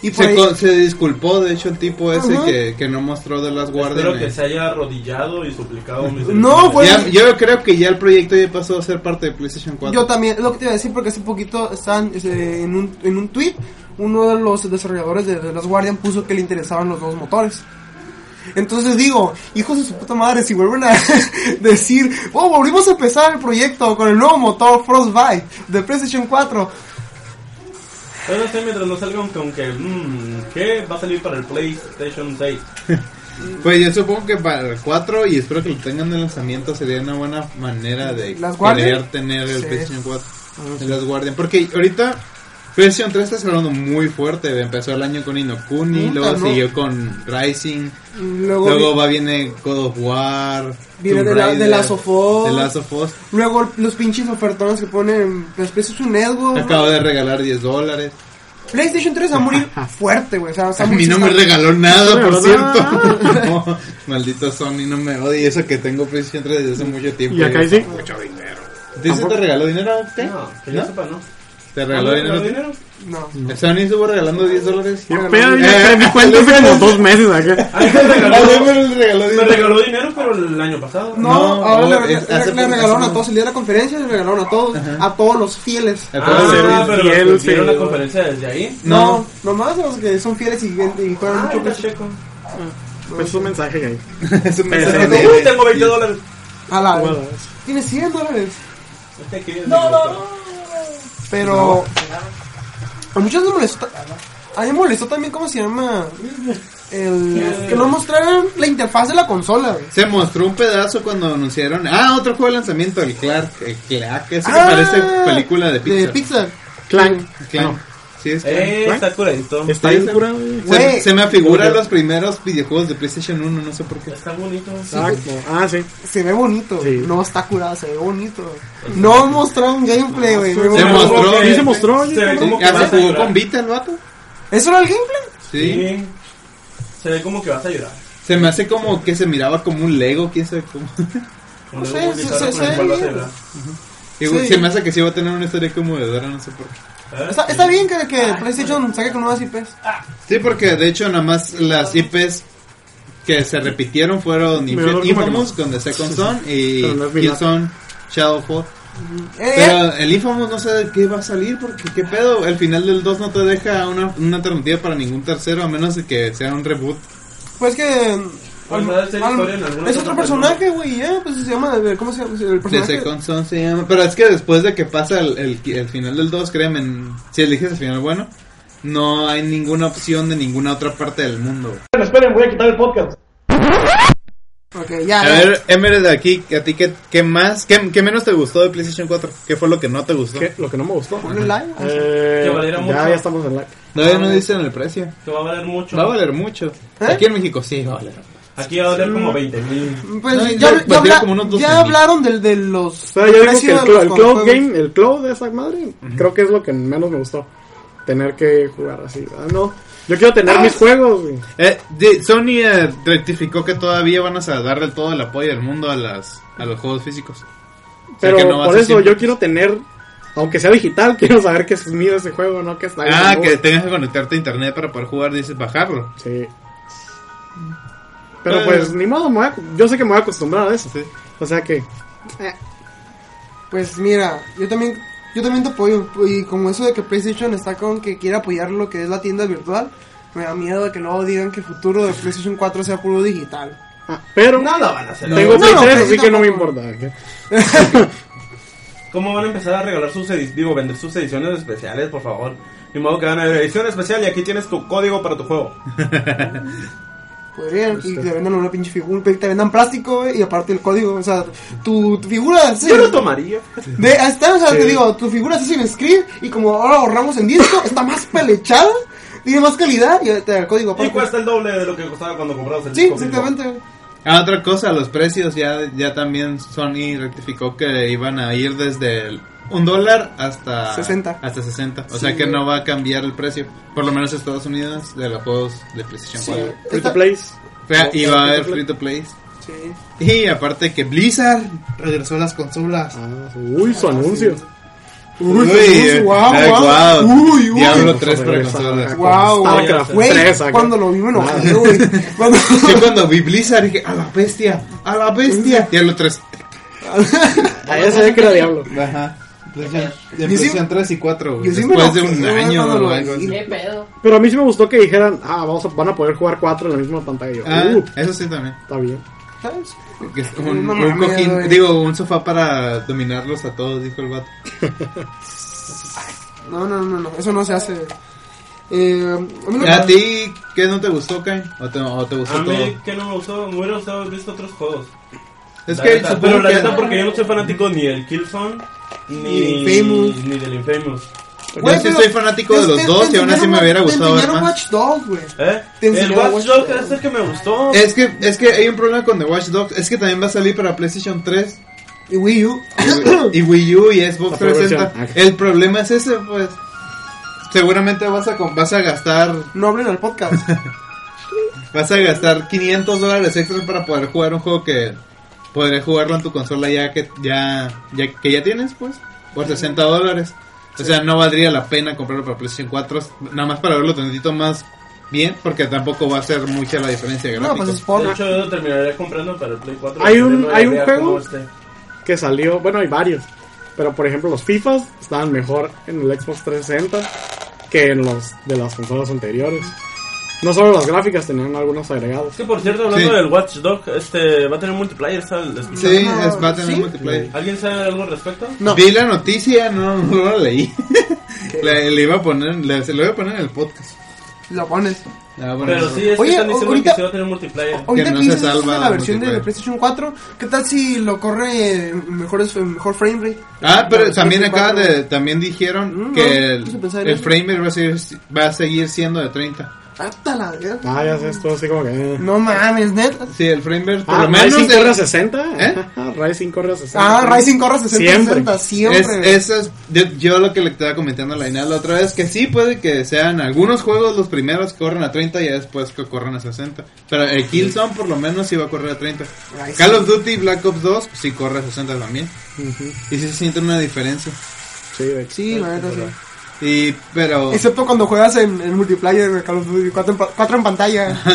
Y por
Se,
ahí,
co- se disculpó, de hecho, el tipo ese
Ajá.
que, que no mostró de las
Espero que
guardias.
se haya arrodillado y suplicado. mis
No, güey.
Ya- yo creo que ya el proyecto ya pasó a ser parte de PlayStation 4.
yo también, es lo que te iba a decir porque hace poquito están eh, en, un, en un tweet, uno de los desarrolladores de The Last Guardian puso que le interesaban los dos motores. Entonces digo, hijos de su puta madre, si vuelven a decir, oh, volvimos a empezar el proyecto con el nuevo motor Frostbite de PlayStation 4.
Yo no sé mientras no salgan con que, mmm, ¿qué va a salir para el PlayStation 6?
Pues yo supongo que para el 4 y espero que lo tengan de lanzamiento sería una buena manera de
¿Las Guardian?
querer tener el
Sí. Ah,
PlayStation 4. de Las Guardian. Porque ahorita PlayStation 3 está cerrando muy fuerte. Empezó el año con Inokuni,
Puta,
luego
no.
siguió con Rising,
Luego,
luego va viene God of War.
Viene
Tomb
de la-
Raider,
de Last of Us.
de Last of Us.
luego los pinches ofertones que ponen pues, las PlayStation Network.
Acabo de regalar 10 dólares.
PlayStation 3 va a morir fuerte, güey. O sea,
A
está
mí
muy-
no me
está-
regaló nada, por
No me regaló
cierto. No, maldito Sony, no me odia. Eso que tengo PlayStation 3 desde hace mucho tiempo.
Y acá
Yo-
sí.
¿Dice te regaló dinero? ¿Qué?
No, que yo
¿No?
sepa, Ah, ¿no?
¿Te regaló dinero?
No.
Sony estuvo regalando 10 dólares.
¿Qué
Ah,
pedo?
Eh,
Ya perdí
eh,
cuenta hace
eh,
como
eh,
dos meses acá.
Ay, me regaló,
Sony me regaló
me
dinero.
regaló dinero, pero el año pasado.
No,
No,
ahora
no,
le,
es-
le-
hace
le
poco-
regalaron
hace
a todos el día de la conferencia, le regalaron a todos, a todos los fieles.
Eh,
Ah,
ser
pero-
un
pero
fiel
los que vieron la
seguidor.
conferencia desde ahí.
No.
No, nomás los que son fieles y, y juegan
Ah,
mucho
yo
PlayStation.
checo.
Pues es un mensaje que hay.
es un
Pero-
mensaje de-
Uy, tengo 20 dólares.
A la
Bueno,
Tiene 100 dólares.
Este aquí es
No,
mi
no,
gusto.
no.
Pero a muchos les molestó. A mí me molestó también, ¿cómo se llama? El, que no mostraran la interfaz de la consola. güey.
Se mostró un pedazo cuando anunciaron. Ah, otro juego de lanzamiento, el Clark. El Clark, ese que
Ah,
parece película de
De
Pixar.
Pixar.
Clank.
Clank.
No.
Sí, es Clank.
Eh, está curadito.
Está
Sí,
bien
sí.
pura, güey.
Güey.
Se, se me afigura los primeros videojuegos de PlayStation 1, no sé por qué.
Está bonito.
Exacto. Ah, sí.
Se ve bonito.
Sí.
No está curada, se ve bonito. No mostraron gameplay, güey. me
Se
molestó.
mostró.
Como que-
Sí se mostró, oye,
Se ve
Sí,
como que
Hasta
vas a
jugó
llorar.
con Vita el vato.
¿Eso era el gameplay?
Sí.
Sí. Se ve como que vas a llorar.
Se me hace como que se miraba como un Lego, quién sabe cómo.
No sé,
Luego un
se-
guitarra
se-
con
se
el
ve
cual vas a
bien.
llorar.
Y
Sí.
Se me hace que sí va a tener una historia conmovedora, no sé por qué.
¿Eh?
Está, está bien que, que PlayStation saque con nuevas IPs.
Sí, porque de hecho nada más las IPs que se repitieron fueron
Me dolor
Infi-
como
Infamous
que
con The Second Son
Pero no es
y
mi
Killzone Shadowfall.
Eh,
Pero el Infamous no sé de qué va a salir porque qué pedo, el final del 2 no te deja una, una alternativa para ningún tercero a menos de que sea un reboot.
pues que.
Pues va a ser historia en alguna
es otro
otra
personaje, güey. Ya, pues se llama. ¿Cómo se llama? El
The
personaje.
Second Son se llama, pero es que después de que pasa el, el- el final del 2, créeme, en- si eliges el final bueno, no hay ninguna opción de ninguna otra parte del mundo.
Ok, ya.
A
ya.
ver, Emer, de aquí, ¿a ti qué, qué más, qué, qué menos te gustó de PlayStation 4? ¿Qué fue lo que no te gustó?
¿Qué? Lo que no me gustó.
Ponle like.
Eh,
Que valiera mucho.
ya, ya estamos en la.
Todavía no dicen el precio.
Que va a valer mucho.
Va a valer mucho.
¿Eh?
Aquí en México sí va a valer.
Aquí va a valer como 20 mil.
Pues
No,
ya,
yo
ya
pondría
habla-
como unos dos
ya
mil.
hablaron del, de los.
O sea, yo digo que
precios
el,
de
clo-
los
el cloud
juegos.
game, el cloud de esa madre, creo que es lo que menos me gustó. Tener que jugar así. Ah, no. Yo quiero tener mis juegos, güey.
Eh, di- Sony eh, rectificó que todavía van a dar del todo el apoyo del mundo a las a los juegos físicos. O sea,
Pero
que no va a
por
ser
eso
siempre-
yo quiero tener, aunque sea digital, quiero saber que es mío ese juego, no que está ahí
Ah,
en
que
Google.
tengas que conectarte a internet para poder jugar, dices bajarlo.
Sí. Pero
Eh.
pues ni modo, me voy a- yo sé que me voy a acostumbrar a eso.
Sí.
O sea que,
Eh, Pues mira, yo también, yo también te apoyo. Y como eso de que PlayStation está con que quiere apoyar lo que es la tienda virtual, me da miedo de que luego digan que el futuro de PlayStation 4 sea puro digital.
ah, pero
Nada van a hacer.
tengo
No,
Play
no,
3,
pues,
así que no me
tampoco.
importa.
¿Cómo van a empezar a regalar sus ediciones? Digo, vender sus ediciones especiales, por favor. Ni modo que van a ver edición especial y aquí tienes tu código para tu juego.
Podrían, y te vendan una pinche figura, que te vendan plástico güey, y aparte el código, o sea, tu, tu figura, sí,
Yo lo tomaría.
de, hasta, o sea, te digo, tu figura Assassin's Creed y como ahora ahorramos en disco, está más pelechada, tiene más calidad y te da el código
Y
aparte.
cuesta el doble de lo que costaba cuando comprabas el
Sí,
disco
exactamente.
Ah, otra cosa, los precios ya, ya también Sony rectificó que iban a ir desde el- un dólar hasta
60.
Hasta 60. O
Sí,
sea que
güey.
no va a cambiar el precio, por lo menos en Estados Unidos, de los juegos de PlayStation 4.
Free to
Está-
plays.
O sea, y va a haber
Free
free to play.
sí.
Y aparte que Blizzard regresó las consolas.
Ah, uy, su anuncio.
Uy,
eh,
guau,
eh,
guau.
guau.
Uy, uy.
Diablo 3 para
Regresa.
consolas.
Wow,
Starcraft
güey,
3 acá.
cuando lo vi me enojé, güey. Cuando-
Yo cuando vi Blizzard dije, a la bestia, a la bestia. Diablo 3.
Ah,
Ahí se ve que era Diablo.
Ajá. PlayStation,
pedo?
en
Yo sí-
PlayStation 3 y 4, güey.
yo sí me
Después de
enojé,
un
güey,
año
cuando lo
o algo
vi.
así.
¿Qué pedo?
Pero a mí sí me gustó que dijeran, ah, vamos a- van a poder jugar cuatro en la misma pantalla. Y yo,
Ah,
"Uh,
eso sí también.
está bien.
¿Sabes?
Que es como un,
No
un
mames,
cojín,
güey.
digo, un sofá para dominarlos a todos, dijo el vato.
No, no, no, no, eso no se hace. Eh, a mí lo
¿A ti qué no te gustó, Kai? ¿O te, o te gustó
A mí
todo?
que no me gustó, me hubiera gustado haber visto otros juegos.
Es
La
que
neta, pero
supongo
la neta
que...
porque yo no soy fanático ni del Killzone ni,
Ni Infamous.
ni del Infamous.
Yo sí soy fanático de los dos y aún así me hubiera gustado ver más.
Watch Dogs, güey.
¿Eh?
Te
El
enseñó
Watch
Watch
Dogs
Dogs.
es el que me gustó.
Es que, es que hay un problema con The Watch Dogs, es que también va a salir para PlayStation 3
Y Wii U.
y Wii U y Xbox
La peor
360.
versión.
El problema es ese, pues. Seguramente vas a, com- vas a gastar
No hablen al podcast.
vas a gastar 500 dólares extras para poder jugar un juego que podrías jugarlo en tu consola ya que ya, ya que ya tienes, pues, por 60 dólares. O sea, no valdría la pena comprarlo para PlayStation 4, nada más para verlo tantito más bien, porque tampoco va a ser mucha la diferencia
no,
gráfica.
pues es
De
porno.
hecho, yo lo terminaría comprando para el Play 4.
Hay un-
Yo no
hay un
voy a ver
juego-
cómo este. esté.
Que salió, bueno, hay varios. Pero por ejemplo, los FIFAs estaban mejor en el Xbox 360 que en los de las consolas anteriores. No solo las gráficas, tenían algunos agregados.
Es que por cierto, hablando
Sí.
del Watch Dogs, este, va a tener multiplayer, ¿sabes? Les-
sí, es, va a tener
¿Sí?
multiplayer.
¿Alguien sabe algo al respecto?
No.
Vi la noticia, no, no la leí. le, le iba a poner, le, se lo iba a poner en el podcast.
Lo pones.
Le voy a poner
Pero
eso.
sí, es
Oye,
que están diciendo
ahorita-
que sí va a tener multiplayer.
Ahorita
no
que
se
dices eso
salva
de la versión de
multiplayer.
PlayStation 4, ¿qué tal si lo corre en mejores, en mejor frame rate?
Ah, pero
La versión
también
de
acá
4.
de, también dijeron
Mm, no,
que
no se
el,
pensaba en
el
eso.
frame rate va a, seguir, va a seguir siendo de 30.
Hasta la verga.
Ah, ya sé, esto así como que. eh.
No mames, neta.
Sí, el frame rate por
Ah,
lo menos
Rising corre a
es,
60.
¿Eh?
Rising corre a 60.
Ah, Rising corre 60
Siempre.
60, siempre.
es- eso es- yo, yo lo que le estaba comentando a la Inés la otra vez, que sí puede que sean algunos juegos los primeros que corren a 30 y después que corran a 60. Pero el Killzone por lo menos sí va a correr a 30.
Ay, sí.
Call of Duty Black Ops 2 sí corre a 60 también.
Ujú,
Y sí se siente una diferencia.
Sí, de hecho.
Sí, la neta, sí.
Y, pero...
Excepto cuando juegas en, en multiplayer de Call of Duty 4 en, pa- cuatro en pantalla.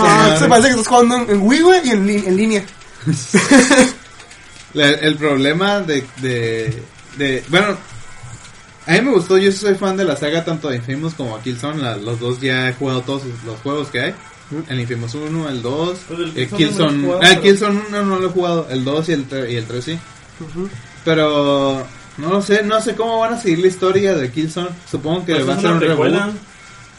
Ah, se parece que estás jugando en, en Wii, güey, y en, li- en línea.
La- el problema de, de, de- Bueno, a mí me gustó. Yo soy fan de la saga tanto de Infamous como de Killzone. la- los dos ya he jugado todos los juegos que hay. El Infamous 1, el 2,
Pues el
el
Killzone no lo he jugado,
Killzone.
pero-
ah, el Killzone 1 no lo he jugado. El 2 y el, tre- y el 3 sí. Pero. No lo sé, no sé cómo van a seguir la historia de Killzone. Supongo que
Pues
le va a
es
hacer
una
un
precuela.
reboot.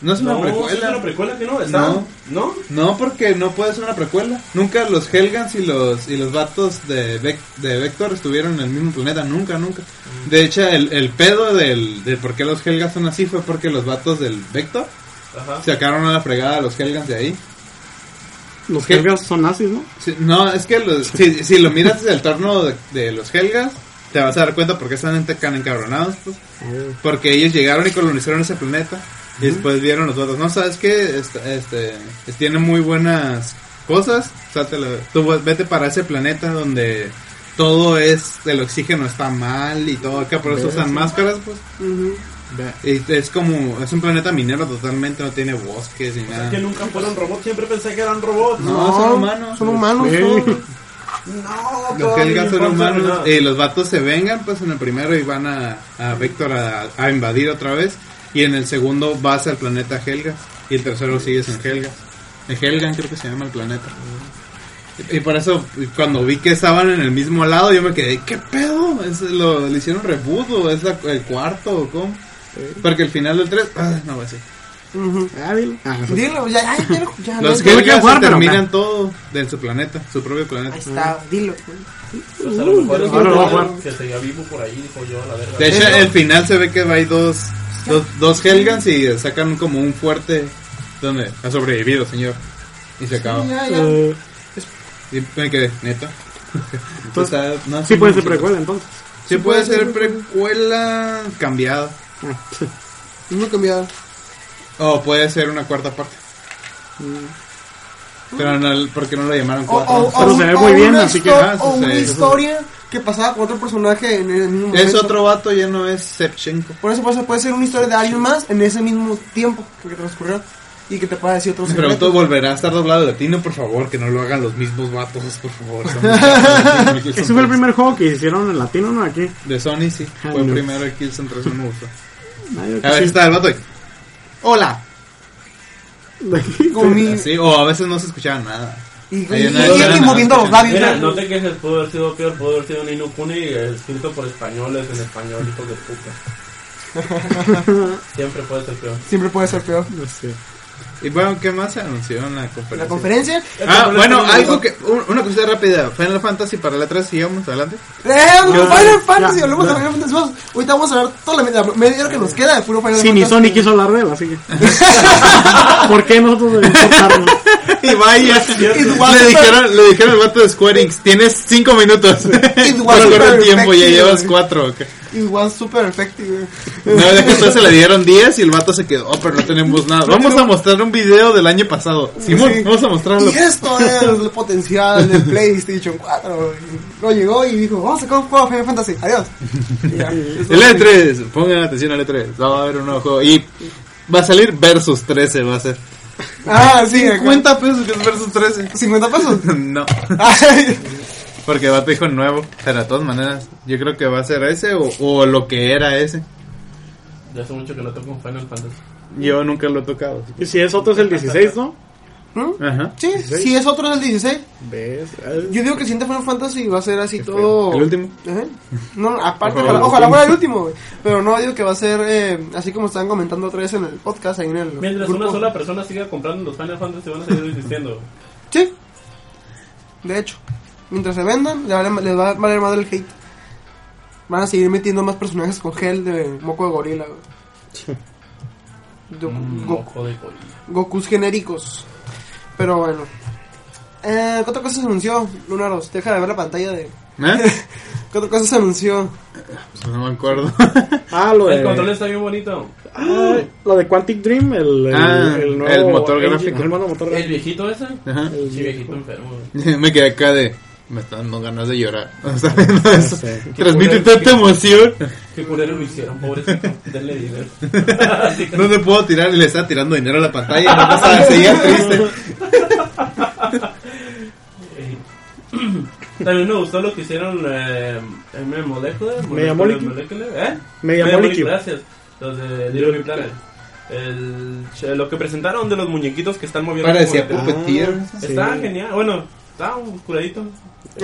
No es una
No,
precuela.
sí es una precuela que no, está.
No.
¿No?
No, porque no puede ser una precuela. Nunca los Helgans y los y los vatos de, Vec- de Vector estuvieron en el mismo planeta. Nunca, nunca. De hecho, el, el pedo del, del por qué los Helgans son así fue porque los vatos del Vector
Ajá.
sacaron a la fregada a los Helgans de ahí.
Los
¿Qué?
Helgas son nazis, ¿no?
Sí, no, es que los- si, si lo miras desde el torno de, de los Helgas, te vas a dar cuenta por qué están en- tan encabronados. pues.
Ah,
Porque ellos llegaron y colonizaron ese planeta. Y después vieron los otros. No, sabes que este, este, es- tiene muy buenas cosas. sátela- tú vas- vete para ese planeta donde todo es. El oxígeno está mal y todo acá. Por eso usan máscaras, pues. Y es como. Es un planeta minero totalmente. No tiene bosques ni
Que
nada.
nunca fueron robots, siempre pensé que eran robots.
No, son humanos.
Son humanos,
Sí.
son.
No,
Los
todavía
Helgas
ni
son
Fox ni
humanos
nada.
y eh, los vatos se vengan pues en el primero y van a, a Vector a, a invadir otra vez y en el segundo vas al planeta Helgas y el tercero sigues en Helgas. En Helgan creo que se llama el planeta. Y, y por eso y cuando vi que estaban en el mismo lado yo me quedé, ¿qué pedo? ¿Es lo, ¿Le hicieron reboot o es la- el cuarto o cómo? Porque el final del 3, no pues voy a decir.
Ujú.
Ah, dile. Ah, sí.
Dilo, ya, ya, ya, ya,
Los
ya,
quiero
Helgas
jugar,
se
pero
terminan todo de su planeta, su propio planeta.
Ahí está, dilo. güey.
Pues a lo mejor es
Ahora lo voy a
un
jugar.
que seguía vivo por ahí, dijo yo, a la verga.
De hecho,
Pero-
el final se ve que hay dos, dos, dos Helgans y sacan como un fuerte donde ha sobrevivido, señor. Y se acaba.
Ya, ya.
Eh,
Y me quedé, neta. Entonces, no,
sí, puede ser
no,
precuela entonces.
Sí puede ser precuela cambiada.
No cambiado.
O puede ser una cuarta parte. Pero no, ¿por qué no lo llamaron
O,
cuatro?
o, o
Pero se
un-
ve
o
muy bien,
una
así que,
histo-
ah,
o
sí,
una
sí.
historia que pasaba con otro personaje en el mismo
es
momento.
otro vato, ya no es Sepchenko.
Por eso, por eso puede ser una historia de alguien más en ese mismo tiempo que transcurrió. y que te pueda decir otro
Me
secreto.
pregunto, ¿volverá a estar doblado latino? Por favor, que no lo hagan los mismos vatos, por favor.
Ese fue el primer juego que hicieron en latino, ¿no? Aquí.
De Sony, sí.
Ah,
Fue el
no.
primero de Killzone 3, no me gustó.
Ah, yo
A veces
creo
está el vato y, ¡Hola!
que-
Comí-
Así, o a veces no se escuchaba nada.
Y,
Ahí
y-
una-
y- y-
una-
y moviendo los labios.
Mira,
¿no?
no te quejes, pudo haber sido peor, pudo haber sido un Inukuni escrito por españoles en español, hijo de puta. Siempre puede ser peor.
Siempre puede ser peor.
No sé.
Y bueno, ¿qué más se anunció en la conferencia?
La conferencia.
Ah, bueno, algo que. un- Una cosita rápida. Final Fantasy para la 3, sigamos adelante.
¡Eh, Final Fantasy!
ya,
Hablamos de
ya.
Final Fantasy II. Ahorita vamos a hablar toda la media, la media hora que nos queda de puro Final
Sí, ni
Fantasy.
Sony quiso hablar de él, así que. ¿Por qué nosotros debemos cortarnos?
Y vaya.
It was
le,
perfect.
dijeron, le dijeron al vato de Square Enix: Tienes 5 minutos.
It was
No corre el tiempo, ya
perfect.
llevas 4.
Y one super effective.
No, de que entonces se le dieron 10 y el vato se quedó, oh, pero no tenemos nada. Vamos a mostrar un video del año pasado. Simón,
Sí.
vamos a mostrarlo.
Y esto es el potencial del PlayStation 4. Y No llegó y dijo, vamos a sacar un juego de Final Fantasy. Adiós. Y ya.
El E3, pongan atención al E3. Va a haber un nuevo juego. Y va a salir Versus 13, va a ser.
Ah, sí. acá.
50 pesos que es Versus 13.
50 pesos.
No,
Ay,
porque el vato dijo nuevo. Pero de todas maneras, yo creo que va a ser ese o, o lo que era ese.
Ya hace mucho que no toco un Final Fantasy.
Yo nunca lo he tocado.
Y si es otro es el 16, ¿no?
¿Mm?
Ajá.
Sí, si es otro del 16.
¿Ves? Eh,
Yo digo que el siguiente Final Fantasy va a ser así todo.
¿El último?
Ajá. No, no, aparte,
Ojalá.
ojalá, ojalá fuera el último, güey. Pero no digo que va a ser eh, así como estaban comentando otra vez en el podcast. Ahí en el
Mientras
grupo.
una sola persona siga comprando los Final Fantasy, van a seguir existiendo.
Sí. De hecho, mientras se vendan, le vale- les va a valer más el hate. Van a seguir metiendo más personajes con gel de moco de gorila. güey. Do-
Mm.
Go-
Ojo de pollo.
Gokus genéricos. Pero bueno. Eh, ¿Qué otra cosa se anunció, Lunaros? Deja de ver la pantalla de...
¿Eh?
¿Qué otra cosa se anunció?
Pues no me acuerdo.
Ah,
Pues.
lo
El control
de.
está bien bonito.
Ah, lo de Quantic Dream, el, el,
Ah,
nuevo.
el motor gráfico.
El nuevo motor
El
gráfico.
viejito ese.
Ajá.
El
Sí, viejito enfermo.
Me quedé acá de. Me están dando ganas de llorar. O sea, no, eso
sé.
Transmite tanta emoción.
Qué culero lo hicieron, pobrecito. Denle dinero.
No te puedo tirar y le está tirando dinero a la pantalla. No pasa, seguía triste.
Eh, También me gustó lo que hicieron eh, M Molecular.
Media Molecule.
Molecular. ¿Eh?
Media
Media
Molecule.
Molecule, Gracias. Los de Little Big Planet. El, che, lo que presentaron de los muñequitos que están moviendo.
Parecía
"Ah,
como-
Puppeteer.
Ah, sí.
Estaba genial. Bueno, estaba un curadito.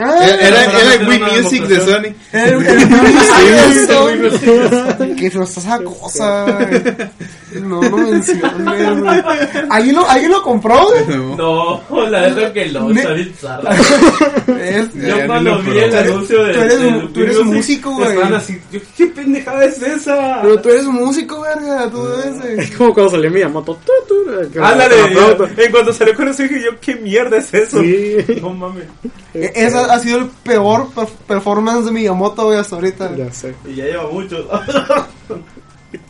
Ah,
Era,
Pero
era, era
no
Wii
era una
Music de
demostración.
Sony.
era un- era un- eso.
Muy gracioso.
Que no está esa cosa. güey. No, no menciones. güey. ¿Alguien lo, ¿Alguien lo compró? güey?
No, la verdad que lo
Ne-
está bizarro.
Es-
Yo cuando vi el
eres-
Tú
anuncio de.
tú eres
de
mu-
Wii
tú eres
Music,
músico, güey.
Estaban así. yo, ¿Qué pendejada es esa?
Pero tú eres músico, verga. Tú eres. eh.
Es como cuando salió Miyamoto. tu, tu, eh, que-
Ándale,
la flauta.
yo- Ah, en cuanto salió con eso dije yo, ¿qué mierda es eso?
Sí.
No mames.
eh, Ese ha sido el peor per- performance de Miyamoto, güey, hasta ahorita.
Ya sé.
Y ya lleva mucho.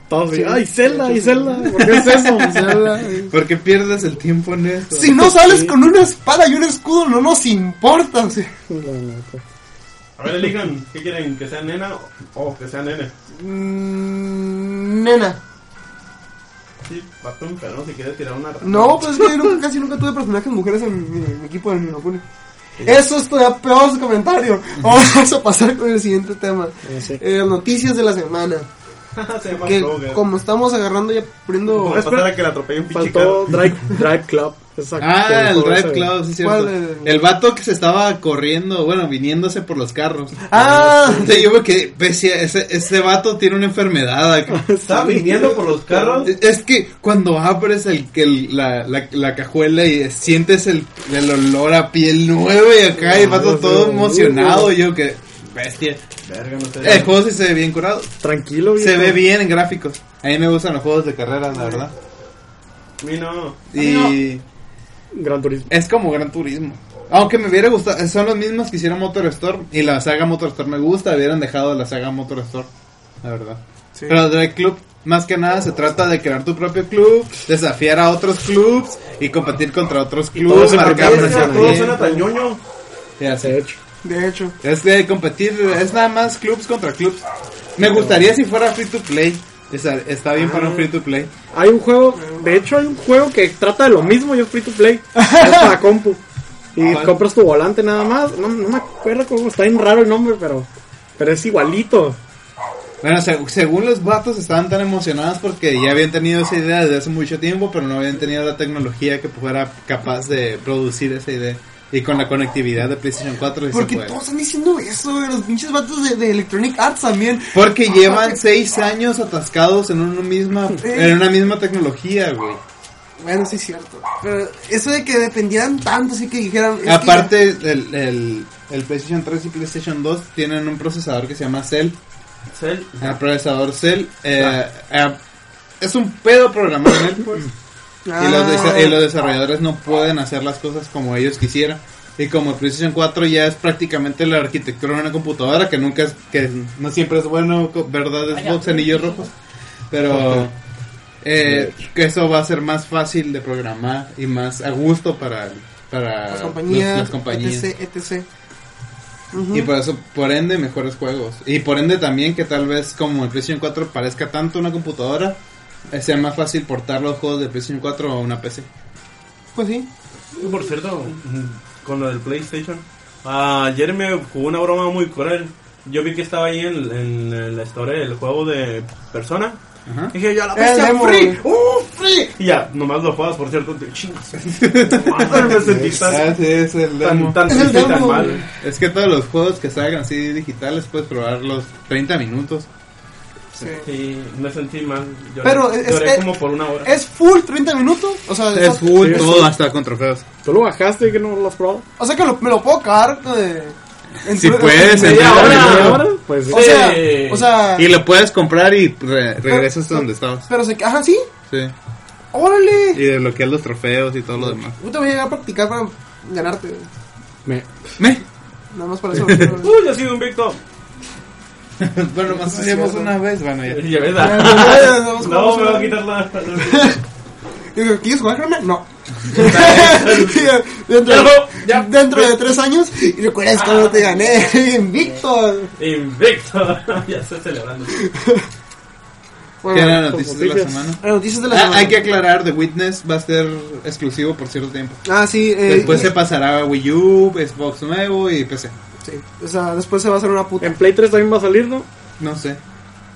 Todos así,
Sí.
¡Ay, Zelda! ¡Ay, Zelda! ¿Por qué es eso?
O sea, la-
Porque pierdes el tiempo en eso.
Si no sales con una espada y un escudo, no nos importa. o sea.
La neta.
A ver, elijan, ¿qué quieren? ¿Que sea nena o que sea nene?
Mm, nena.
Sí, vato enfermo si quieres tirar una...
No, pues es que nunca, casi nunca tuve personajes mujeres en mi, en mi equipo de Ninokuni. Eso es todavía peor su comentario. Vamos a pasar con el siguiente tema.
Ya sé.
Eh, noticias de la semana.
Se llama
Que
Kroger.
como estamos agarrando y aprendiendo...
Como pasar a que la atropelle un pinche carro.
Faltó Drive, Drive Club. Esa-
Ah, el
juego
Drive
ese.
Club, sí, es cierto.
¿Cuál, el-
El vato que se estaba corriendo, bueno, viniéndose por los carros.
Ah,
O sea, yo veo que bestia, ese, ese vato tiene una enfermedad. acá.
Estaba viniendo por los carros.
Eh,
Es que cuando abres el, que el- la, la, la cajuela y sientes el, el olor a piel nueva y acá el
Ah,
vato todo emocionado. Yo que bestia.
Verga, no sé.
El juego sí se ve bien curado.
Tranquilo, viejo.
Se ve bien en gráficos. A mí me gustan los juegos de carreras, la verdad.
A mí no.
Y
Gran Turismo.
es como Gran Turismo. Aunque me hubiera gustado, son los mismos que hicieron Motor Storm. Y la saga Motor Storm me gusta, hubieran dejado la saga Motor Storm. La verdad. Pero Drive Club, más que nada, se trata de crear tu propio club, desafiar a otros clubs y competir contra otros
todo
clubes,
se
marcar
prepara,
Verga, todo suena
presionamiento.
tan ñoño.
Y así.
De hecho.
de hecho.
Es de competir, es nada más clubs contra clubs. Me gustaría si fuera free to play. Está, está bien para un free to play.
Hay un juego, de hecho hay un juego que trata de lo mismo y es free to play. Es para compu. Y
Ah,
compras tu volante nada más. No, no me acuerdo cómo está bien raro el nombre, pero, pero es igualito.
Bueno, se- según los vatos estaban tan emocionados porque ya habían tenido esa idea desde hace mucho tiempo, pero no habían tenido la tecnología que fuera capaz de producir esa idea. Y con la conectividad de PlayStation 4 sí se
Porque
puede.
todos están diciendo eso, güey, los pinches vatos de, de Electronic Arts también.
Porque llevan seis años atascados en una misma, en una misma tecnología, güey.
Bueno, sí es cierto. Pero eso de que dependieran tanto, así que dijeran... es que-
Aparte, el, el, el PlayStation 3 y PlayStation 2 tienen un procesador que se llama Cell.
Cell.
El procesador Cell eh, eh, es un pedo programar en él, pues.
Ah,
Y los, desa- y los desarrolladores no pueden hacer las cosas como ellos quisieran. Y como el PlayStation 4 ya es prácticamente la arquitectura de una computadora, que nunca es, que no siempre es bueno, co- ¿verdad? Es
Vaya.
box, anillos rojos. Pero eh, que eso va a ser más fácil de programar y más a gusto para, para
Las
los-
compañías,
las compañías.
etc, etc.
Y por eso, por ende, mejores juegos. Y por ende también que tal vez como el PlayStation 4 parezca tanto una computadora, eh, sea más fácil portar los juegos de PlayStation 4 a una PC.
Pues sí.
Por cierto, con lo del PlayStation, ayer me jugó una broma muy cruel. Yo vi que estaba ahí en, en la historia del juego de Persona.
Ajá.
Y dije, ya la
El
bestia
demo,
free,
güey.
¡Uh, free! Y ya, nomás lo juegas, por cierto, te chingas. me sentí tan,
Ah, sí, es el demo.
tan, tan
Es el
triste y tan
demo,
mal.
güey.
Es que todos los juegos que salgan así digitales puedes probar los 30 minutos.
sí.
Sí, me sentí mal. Lloré,
Pero es-
lloré
es-
como por una hora.
¿Es full 30 minutos? O sea,
Es
está-
full todo hasta con trofeos.
¿Tú lo bajaste y que no lo has probado?
O sea que lo- me lo puedo cagar eh, en
Si
tu-
puedes,
en-
en
media
treinta
hora.
minutos.
Ahora, Pues
Oh.
O sea,
Sí.
o sea...
Y lo puedes comprar y re- regresas a donde estabas.
Pero se... Ajá, sí.
Sí.
¡Órale!
Y desbloqueas los trofeos y todo lo demás.
Yo te voy a llegar a practicar para ganarte. güey.
me-
Me.
Nada más para eso. güey.
¡Uh, yo sigo invicto!
bueno, más hacíamos una vez. Bueno, ya.
Ya ves, ah. No, me va a quitar la.
Y digo, ¿quieres jugar, Germán? No. Y dentro,
Pero, ya.
dentro de tres años, y recuerdas cuando te gané, invicto.
Invicto. ya estoy celebrando.
¿Qué eran
Bueno,
las noticias de la
noticias.
semana?
las noticias de la
Ah,
semana.
hay que aclarar, The Witness va a ser exclusivo por cierto tiempo.
Ah, sí. eh,
Después se pasará a Wii U, Xbox nuevo y PC.
sí. O sea, después se va a hacer una puta.
en Play 3 también va a salir, ¿no?
No sé.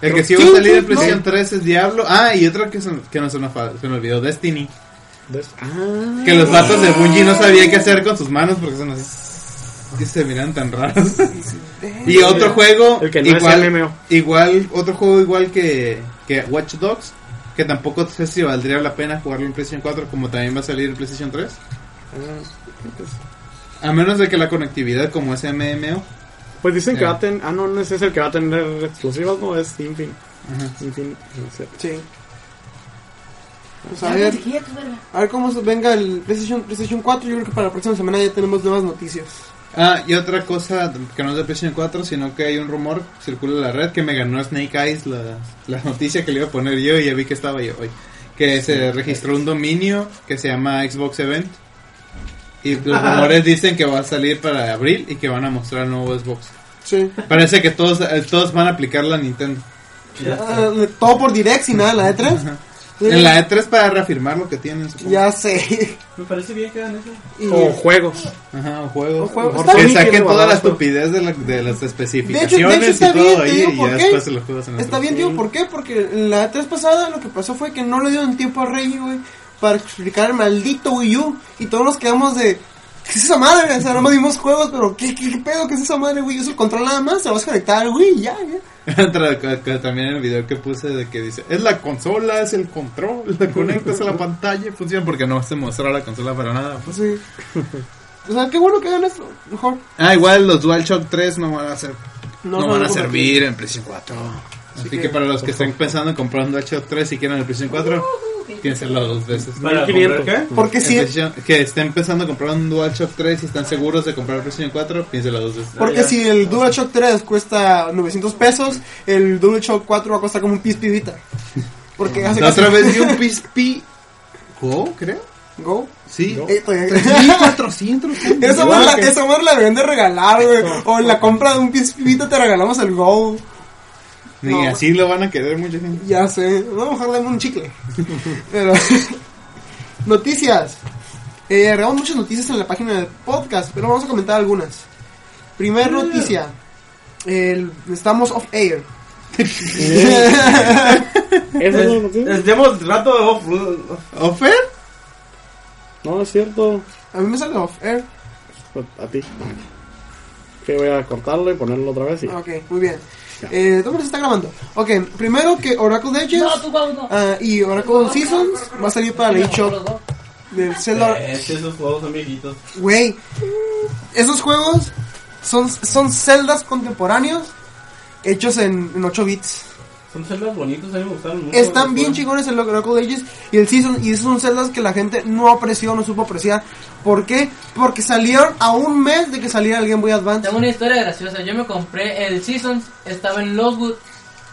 El que sí va a
Sí,
salir
sí,
en PlayStation 3 es Diablo. Ah, y otro que, se- que no se nos, fa- se me olvidó, Destiny.
Entonces, ah,
Que los vatos de Bungie no sabían qué hacer con sus manos porque se nos... que se miran tan raros. y otro juego...
El que no es
igual,
MMO.
igual, otro juego igual que, que Watch Dogs. Que tampoco sé si valdría la pena jugarlo en PlayStation 4 como también va a salir en PlayStation 3.
Ah,
A menos de que la conectividad como es MMO.
pues dicen que
Eh.
va a tener. Ah, no, no ese es el que va a tener exclusivas, no, es Infin.
Ajá.
Infin. no sé.
Sí. Pues a ver, a ver cómo se venga el PlayStation, PlayStation 4. Yo creo que para la próxima semana ya tenemos nuevas noticias.
Ah, y otra cosa que no es de PlayStation 4, sino que hay un rumor circula en la red que me ganó Snake Eyes la, la noticia que le iba a poner yo y ya vi que estaba yo hoy. Que se registró un dominio que se llama Xbox Event. Y los rumores dicen que va a salir para abril y que van a mostrar el nuevo Xbox.
Sí.
Parece que todos, eh, todos van a aplicar la Nintendo.
Ah, todo por direct y nada, en la E E3.
En la E E3 para reafirmar lo que tienen, supongo.
Pues Ya sé.
Me parece bien que hagan eso.
Y-
O juegos.
Ajá, o
O
juegos.
juegos. Está
Que
bien,
saquen toda la
barato.
estupidez de, la- de las especificaciones
está
y todo
bien, te
ahí
digo
y
por
ya
qué.
después se los juegas en la
Está
otra.
bien, digo, ¿por qué? Porque la tres pasada lo que pasó fue que no le dieron tiempo a Reggie, güey, para explicar el maldito Wii U. Y todos nos quedamos de. ¿Qué es esa madre? O sea, no dimos juegos, pero ¿qué, qué, qué pedo? ¿Qué es esa madre, güey? Es el control nada más, se lo vas a conectar, güey, ya, ya.
Tra- ca- ca- También el video que puse de que dice, es la consola, es el control, la conectas a la pantalla y funciona porque no se mostró la consola para nada. pues.
Sí. O sea, qué bueno que hagan eso. Mejor.
Ah, igual los DualShock 3 no van a ser, no,
son
van a
algo
servir en PlayStation 4. Así, que,
que-
para los que estén pensando en comprar un DualShock 3 y quieren el PlayStation 4, piénsenlo dos veces.
¿Para
1500.
comprar
para- Porque
El
si,
PlayStation- que estén pensando en comprar un DualShock 3 y están seguros de comprar el PlayStation 4, piénsenlo dos veces.
porque si el DualShock 3 cuesta 900 pesos, el DualShock 4 va a costar como un pis pibita. Porque hace
La
casi-
otra vez vi un PSP Go, creo.
Go.
Sí.
Eh, todavía-
1400.
Esa madre, la, esa madre la deben de regalar, güey. O en la compra de un PS Vita te regalamos el Go.
Ni
No.
así lo van a querer mucha gente.
Ya sé, vamos a bajarle un chicle. Pero, noticias. Eh, agregamos muchas noticias en la página del podcast, pero vamos a comentar algunas. Primer noticia. El- estamos off air.
¿Eso no, lo tiene?
Estemos rato de off-
¿Ofer?
no es cierto.
A mí me sale off air.
A ti. Que voy a cortarlo y ponerlo otra vez. Y...
Ah, Ok, muy bien. Eh, ¿Dónde se está grabando? Ok, primero que Oracle Legends
No, tú, Pablo, no.
ah, y Oracle Seasons va a salir para la eShop
Los dos.
del
Eh,
celular.
Eh, Es que esos juegos son viejitos.
Güey, esos juegos son, son celdas contemporáneos hechos en, en 8 bits.
Son celdas bonitos, a mí me gustaron mucho. Pues,
Están bien
chicos.
chingones el Oracle Ages y el Season. Y son celdas que la gente no apreció, no supo apreciar. ¿Por qué? Porque salieron a un mes de que saliera el Game Boy Advance.
Tengo una historia graciosa. Yo me compré el Seasons, estaba en Loswood,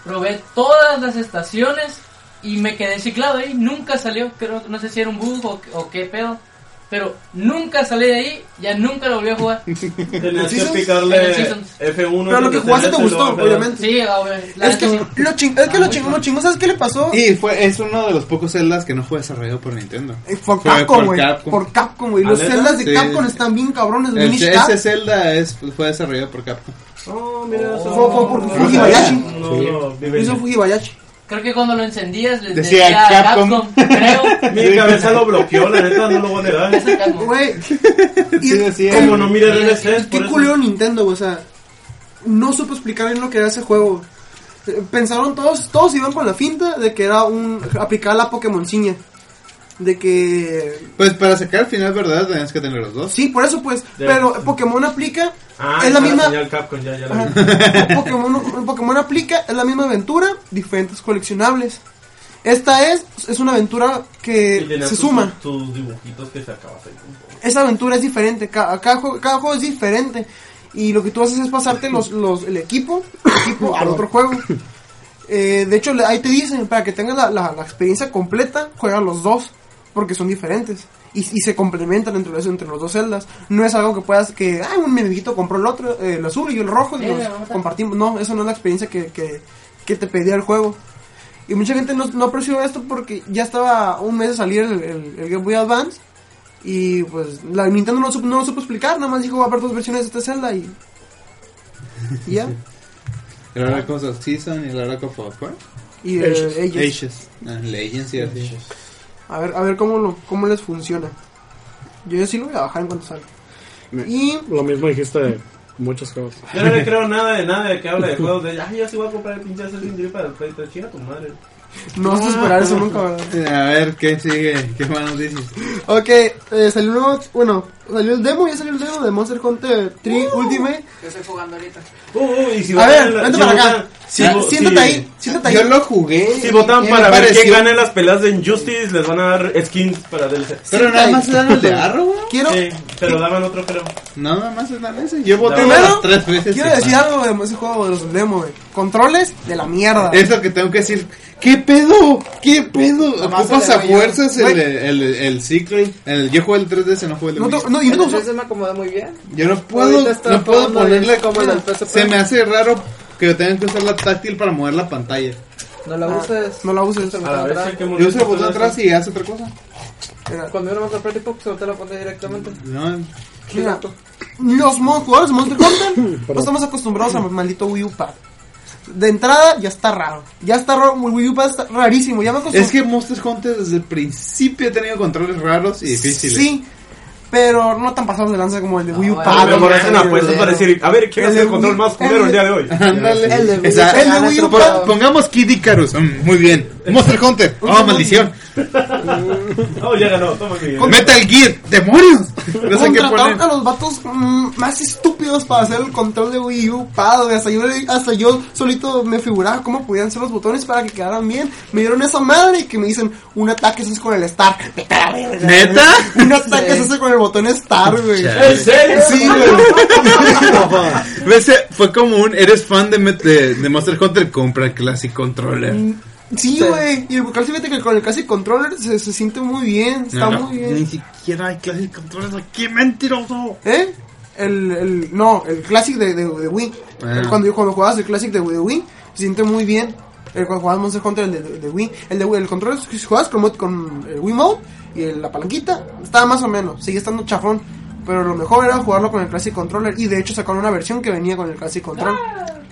probé todas las estaciones y me quedé ciclado ahí. Nunca salió, creo, no sé si era un bug o, o qué pedo. Pero nunca salí de ahí, ya nunca lo volví a jugar.
Tenías que
Seasons?
picarle
En Seasons.
F1.
Pero lo que
antes
jugaste
de
te
telérselo,
gustó,
pero-
obviamente.
Sí, a ver, la
Es que
neta sí.
lo ching, es que
Ah,
lo
muy
chingó,
bueno.
lo chingó. ¿Sabes qué le pasó?
Y fue, es uno de los pocos celdas que no fue desarrollado por Nintendo.
Eh, Por
Fue
Capcom,
por
güey.
Capcom.
Por Capcom, güey. Los
¿Ah, neta?
celdas de
Sí.
Capcom están bien cabrones.
El,
Minish Cap.
ese celda es, fue desarrollado por Capcom.
Oh, mira, eso-
Fue- fue por
no,
Fujibayashi.
No, no, vive
Hizo
bien.
Fujibayashi.
Creo que cuando lo encendías les
Decía
decía,
Capcom.
Capcom, creo.
Mi cabeza lo bloqueó, la neta, no lo voy a negar.
Ese Capcom.
Güey. y-
Sí, decía,
Como no mire
Mira,
DLCs, por
Qué
eso-
culero Nintendo, güey, o sea, no supo explicar bien lo que era ese juego. Eh, Pensaron todos, todos iban con la finta de que era un aplicar la Pokémoncinha. De que
Pues para sacar el final verdad tenías que tener los dos.
sí, por eso pues,
Ya.
pero Pokémon aplica
Ah,
es la
ya
misma
señal Capcom, ya, ya la vi.
Ajá. Pokémon, Pokémon aplica, es la misma aventura, diferentes coleccionables. Esta es es una aventura
Y
que
tenías
Eh, se
tus-
suma.
Tus dibujitos que sacabas ahí. con-
esa aventura es diferente, ca- cada, juego, cada juego es diferente. Y lo que tú haces es pasarte los, los, el equipo, el equipo al otro juego. Eh, de hecho, le- ahí te dicen, para que tengas la, la- la experiencia completa, juega los dos, porque son diferentes. Y, y se complementan entre los, entre los dos celdas. No es algo que puedas que, ah, un amiguito compró el otro, eh, el azul y yo el rojo, y
Eh,
los
vamos a-
compartimos. No, eso no es la experiencia que, que, que te pedía el juego. Y mucha gente no, no apreció esto porque ya estaba un mes de salir el, el- el Game Boy Advance. Y pues la Nintendo no, lo supo- no lo supo explicar, nada más dijo va a haber dos versiones de esta celda y. y ya.
El Oracle of Season y el Oracle of War.
Y eh,
Ages.
ellos.
Ages. Ah, Legends y Ages.
A ver, a ver cómo, lo, cómo les funciona. Yo sí lo voy a bajar en cuanto salga. Y.
Lo mismo dijiste de muchos juegos.
Yo no le creo nada de nada de que habla de juegos. De, ay, yo sí voy a comprar el pinche Assassin's Creed para el PlayStation. Chinga tu madre.
No vas a esperar eso nunca, ¿verdad?
Eh, A ver, ¿qué sigue? ¿Qué más nos dices?
Ok, eh, salió un nuevo. Bueno, salió el demo, ya salió el demo de Monster Hunter 3 Ultimate.
Yo estoy jugando ahorita.
Uh, uh, y si
Uh. A
votan
ver,
la-
vente
si
para acá.
votan-
Sí,
si vo-
siéntate
si-
ahí, siéntate ahí.
Yo lo jugué.
Si votan
¿Qué
para
me
ver
pareció?
quién gana en las peleas de Injustice, les van a dar skins para DLC.
Pero nada más se dan el de Arrow, güey.
Quiero.
Sí, pero daban otro, creo.
No, nada más se dan ese. Yo voté
Primero,
las tres veces.
Quiero decir algo de ese juego de los demos, güey. Controles de la mierda.
Es lo que tengo que decir. ¿Qué pedo? ¿Qué pedo?
Nomás
Ocupas
se le
a
ve yo.
fuerzas el,
Güey.
el, el, el ciclo. El, yo jugué el 3DS, no jugué el
No,
Wii.
te- no, y no te gustó.
se me acomodó muy bien.
Yo no
Ahorita
puedo,
está
no puedo
jugando
ponerle
bien como en el PSP.
Se me hace raro que tengan que usar la táctil para mover la pantalla.
No la
Ah,
uses.
no la uses.
Se me
A la
está
vez
atrás.
hay que
Yo uso el
pues,
botón
todo eso.
atrás y hace otra cosa.
Mira,
Cuando yo no me compré el tipo, se te lo pone directamente.
No,
mira, los mon- jugadores de Monster Hunter no estamos acostumbrados al maldito Wii U Pad. De entrada ya está raro. Ya está raro. el Wii U Pad está rarísimo. Ya me
Pues
acostumbré.
es que Monster Hunter desde el principio ha tenido controles raros y difíciles.
Sí,
eh.
pero no tan pasados de lanza como el de Wii U
No,
Pad.
Ah, me
güey.
hacen apuestas para decir, a ver, ¿quién
El
hace el
de
control
Wii-
más culero el día de hoy?
Ándale.
El de Wii U
Esa-
Pad.
El de Wii U
Pon-
Pad.
Pongamos Kid Icarus. Mm, muy bien. Monster Hunter. Oh, maldición.
Oh, ya ganó, toma mi.
Metal Gear. Demonios. No sé qué poner.
Contrataron a los vatos mm, más estúpidos para hacer el control de Wii U Pad. güey. Hasta yo, hasta yo solito me figuraba cómo podían ser los botones para que quedaran bien. Me dieron esa madre y que me dicen un ataque se hace con el Star. Vete a la verga.
¿Neta?
Un ataque se hace con el botón Star, güey.
¿En serio?
Sí, güey.
Ves, eh, Fue como un. Eres fan de, Met- de, de Monster Hunter. Compra el Classic Controller.
Sí, güey. Y el vocal, fíjate que con el Classic Controller se, se siente muy bien. Está
No, no,
muy
Ni
bien.
siquiera hay Classic Controller aquí. Mentiroso.
¿Eh? el, el- no, el Classic de, de- de Wii.
Ah.
El Cuando, cuando jugabas el Classic de, de Wii, se siente muy bien. El cuando jugabas Monster Hunter, el de, de Wii. El de Wii, el control, si jugabas con, mod- con el Wii Mode y el- la palanquita, estaba más o menos, sigue estando chafón. Pero lo mejor era jugarlo con el Classic Controller. Y de hecho sacaron una versión que venía con el Classic Control.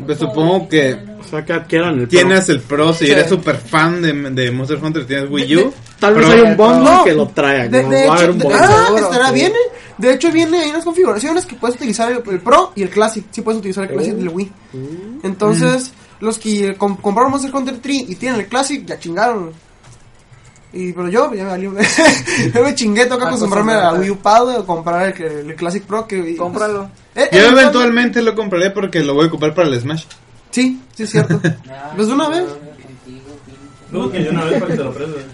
Pues supongo que
O sea, que adquieran el
tienes el pro si
Sí.
eres super fan de, de Monster Hunter, tienes Wii U.
Tal vez
Pro.
hay un bundle
No.
que lo traiga.
De,
¿no?
de
Va a haber
hecho,
un
de-
bundle.
ah, estará bien. ¿eh? De hecho, viene hay unas configuraciones que puedes utilizar el, el Pro y el Classic. Sí puedes utilizar el Classic
Oh.
del Wii.
Mm.
Entonces, los que eh, com- compraron Monster Hunter 3 y tienen el Classic, ya chingaron. Y, pero yo, ya me valió. yo me chingué, toca acostumbrarme a Wii U Pad eh, o comprar el, el Classic Pro. Que,
Cómpralo.
Eh,
Yo eventualmente lo compraré porque lo voy a ocupar para el Smash.
Sí, sí, es cierto. Pues de una vez.
Dudo que yo una vez para que te lo preste.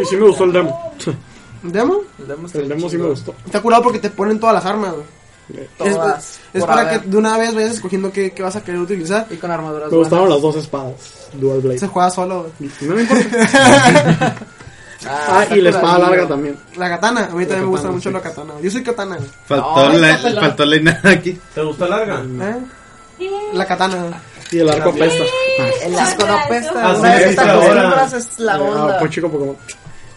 Y sí me gustó el demo.
¿Demo?
El demo sí me gustó.
Está curado porque te ponen todas las armas. güey. Es-
Todas,
es
por
para
haber.
que de una vez vayas escogiendo qué, qué vas a querer utilizar.
Y con armaduras.
Me gustaron
buenas.
las dos espadas. Dual
Se
Blade.
juega solo, güey.
No me importa.
Ah,
Ah, y
Sakura
la espada
Dio.
larga también.
La katana, a mí también me
katana,
gusta mucho
sí.
la katana. Yo soy katana, güey.
Faltó,
Ay,
la,
cápela.
faltó la nada aquí.
¿Te gustó larga?
¿Eh? La katana. pues,
Y el arco apesta. Ah,
El asco no apesta.
Así
Una vez
es,
que te
ahora.
acostumbras es la
Ah,
onda.
pues chico Pokémon.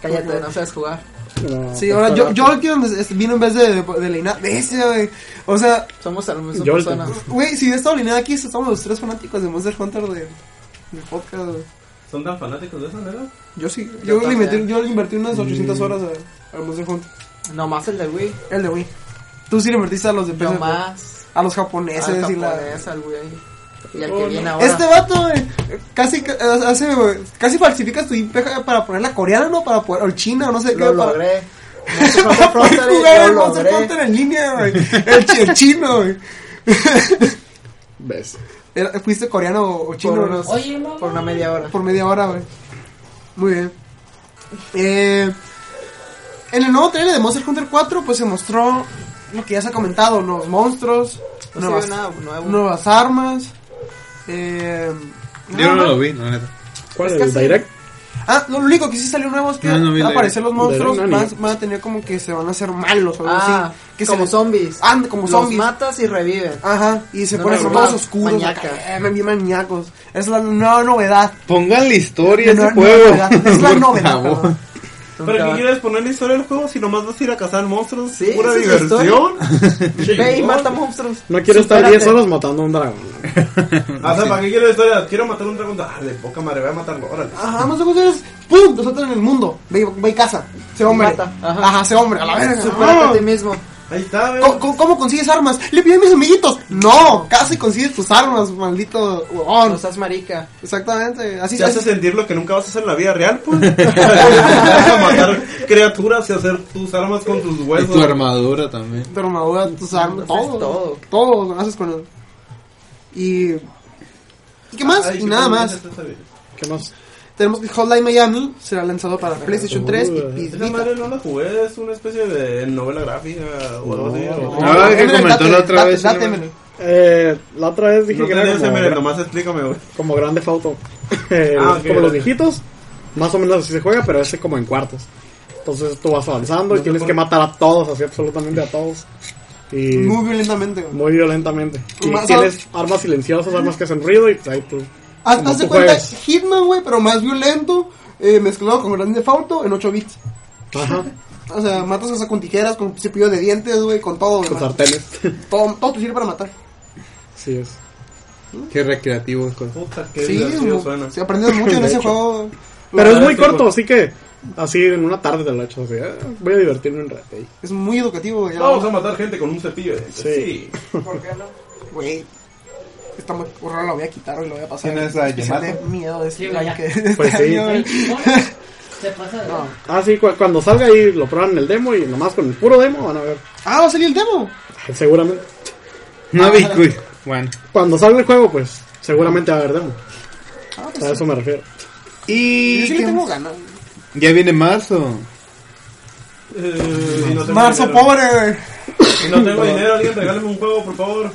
Cállate, no sabes jugar.
No,
Sí, ahora
está
yo,
largo.
Jolteon es- es- vino en vez de, de, de Leinad. Bestia, güey. O sea,
Somos a lo mismo
Yo-
personas.
güey, si yo estaba Leinad aquí, estamos los tres fanáticos de Monster Hunter de, del podcast, güey.
¿Son tan fanáticos de esa, verdad?
Yo sí.
Yo
Yo, le
también.
metí, yo le invertí unas 800 horas a, a Monster Hunter.
Nomás el de Wii.
El de Wii. Tú sí le invertiste a los de PC, güey.
Nomás.
A los japoneses
Al
y la...
japonés, al güey. Y al
Oh,
que
no.
viene ahora.
Este vato, güey, casi, ca- eh, hace, güey, casi falsificas tu IP para poner la coreana, ¿no? Para poder, o china, o no sé qué.
Lo
para-
logré. Monster Hunter
Este para poder
Frontier,
jugar el
lo
Monster
logré.
Hunter en línea, güey. El, chi- el chino, güey.
¿Ves?
Era- Fuiste coreano o o chino
Por
güey,
unos-
Oye, mamá.
Por una media hora.
por media hora, güey. Muy bien. Eh, en el nuevo trailer de Monster Hunter 4, pues se mostró lo que ya se ha comentado: nuevos monstruos,
No se
nuevas,
ve nada nuevo.
nuevas armas. Eh,
Yo
nada
no
más.
lo vi, la neta.
¿Cuál
Es
es
que
el
sí.
direct?
Ah, lo único que sí salió nuevo es que
No, no vi
van a
la-
aparecer los
la-
monstruos
no, ni-
van, van a tener como que se van a hacer malos o algo
Ah,
así. Que se
como
les-
zombies.
Ah, como
Los
zombies.
matas y reviven.
Ajá, y se
No,
ponen
no,
como
no,
todos
no,
oscuros.
mañaca.
acá, eh, bien mañacos. Es la nueva novedad.
Pongan la historia
No,
de
no,
ese juego.
novedad. Es la
por
novedad,
favor.
perdón.
¿Pero qué quieres poner la historia del juego si nomás vas a ir a cazar monstruos?
Sí,
¿Pura
esa es la
diversión?
Ve y mata monstruos.
No quiero estar
Supérate.
10 horas matando a un dragón.
Ah, o sea, ¿para qué quiero la historia? Quiero matar un dragón. Dale, poca madre, voy a matarlo, órale.
Ah,
Ajá, más cosas es. ¡Pum! Nosotros en el mundo. Ve, ve y casa. Se hombre.
Mata,
Ajá.
ajá.
se hombre, a la verga.
Supérate
Ah.
a ti mismo.
Ahí está, ¿ves?
¿Cómo, cómo, cómo consigues armas? Le pide a mis amiguitos. No, casi consigues tus armas, maldito. huevón.
No seas marica.
Exactamente. Así
Te hace
así-
sentir lo que nunca vas a hacer en la vida real, pues. Te vas a matar criaturas y hacer tus armas con tus
Y
huesos.
tu armadura también.
tu armadura, tus armas, todo.
Haces todo.
Todo lo haces con él. Y. ¿Y qué más?
Ay,
y nada
sí,
más.
está bien.
¿Qué más?
Tenemos que Hotline Miami será lanzado para PlayStation 3 y
Esa
PS
Esa
Vita.
madre no la jugué, es una especie de novela gráfica o algo así. o-
No, que
Eminem,
comentó
date,
la otra
date,
vez,
date,
Eminem.
Eminem.
Eh, la otra vez dije
No
que
te
era
des
como,
ML, nomás explícame, güey.
como grande foto. Eh,
Ah, ok,
como los
ok.
viejitos. Más o menos así se juega, pero ese como en cuartos. Entonces tú vas avanzando y
No te
tienes
pone-
que matar a todos, así absolutamente a todos. Y
Muy
muy,
violentamente. güey.
violentamente. Y
Más-
tienes armas silenciosas, armas que hacen ruido y pues ahí tú.
Haz,
como
haz de
tú
cuenta,
juegas.
Hitman, güey, pero más violento, eh, mezclado con Grand Theft Auto en 8 bits.
Ajá,
O sea, matas hasta con tijeras, con cepillo de dientes, güey, con todo,
con
güey.
sartenes.
Todo, todo te sirve para matar.
sí es.
Qué recreativo. co-
Puta, qué
sí,
divertido
güey,
suena.
sí, aprendes mucho en
De
ese
hecho.
juego.
Pero es
Ah,
muy
sí,
corto,
pues.
así que así en una tarde te lo he hecho. Así, ah, voy a divertirme un rato ahí.
Es muy educativo, güey. ya
Vamos a matar gente con un cepillo. eh.
Sí.
Sí.
¿Por qué no?
Güey. Está muy raro, la voy a quitar y lo voy a pasar.
¿Quién es la de
Especial
Yamato?
de miedo de este
Sí, güey,
año
ya.
que-
Pues
este
sí.
año, güey.
Se pasa de-
Ah, sí, cu- cuando salga ahí lo prueban en el demo y nomás con el puro demo van a ver.
Ah, va a salir el demo.
Seguramente.
No vi, cuy. Bueno.
Cuando salga el juego, pues seguramente va a haber demo. A eso me refiero.
Yo Ah, pues sí le
Y
tengo ganas.
ya viene marzo.
Eh, y no tengo
Marzo,
dinero.
pobre, güey.
Y no tengo dinero, alguien regálame un juego, por favor.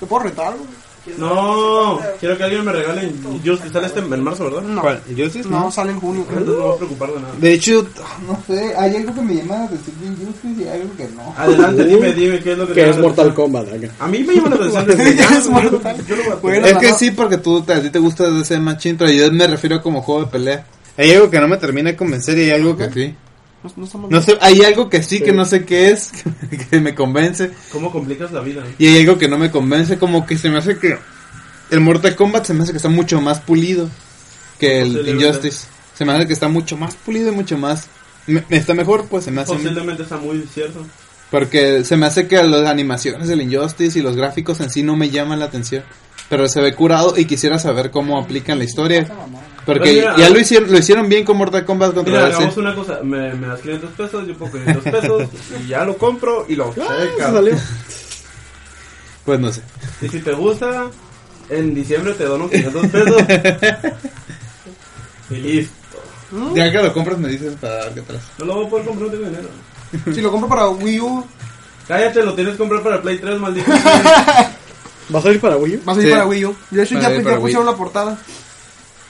¿Te puedo retar, güey?
No, quiero que alguien me regale. Yo sale este en marzo, ¿verdad?
No.
¿Cuál? ¿Justice?
No, sale en junio, creo.
Entonces no me voy a preocupar de nada.
De hecho, no sé, hay algo que me llama la atención de Justice y hay algo que no.
Adelante, dime, dime qué es lo que
Uh, Que
te
es
llama la
Mortal
atención.
Kombat. acá.
A mí me llama la atención desde ya,
Es
güey.
Mortal.
Yo lo voy a-
Bueno,
es que
no.
sí, porque tú, a ti te gusta ese machín, pero yo me refiero como juego de pelea. Hay algo que no me termina de convencer y hay algo que sí.
No, no estamos-
No sé, hay algo que sí, que no sé qué es, que me convence.
¿Cómo complicas la vida? eh?
Y hay algo que no me convence, como que se me hace que... El Mortal Kombat se me hace que está mucho más pulido que el
Posiblemente.
Injustice. Se me hace que está mucho más pulido y mucho más... me- está mejor, pues se
Ah,
me hace... a mí.
Posiblemente está muy cierto.
Porque se me hace que las animaciones del Injustice y los gráficos en sí no me llaman la atención. Pero se ve curado y quisiera saber cómo aplican la historia. Porque
Pues mira,
ya lo hicieron, lo hicieron bien con Mortal Kombat contra
Mira,
DC.
hagamos una cosa. Me, me das 500 pesos, yo pongo 500 pesos y ya lo compro y lo
Se
checa.
salió.
Pues no sé.
Y si te gusta, en diciembre te dono 500 pesos. y listo.
Ya que lo compras me dices para dar que atrás.
No lo voy a poder comprar, no tengo dinero.
Si lo compro para Wii U,
Cállate, lo tienes que comprar para Play 3, maldito.
¿Va a salir para Wii U?
va a salir
Sí.
para Wii U. De hecho,
Va a
ya,
salir
ya
para Wii U.
pusieron la portada.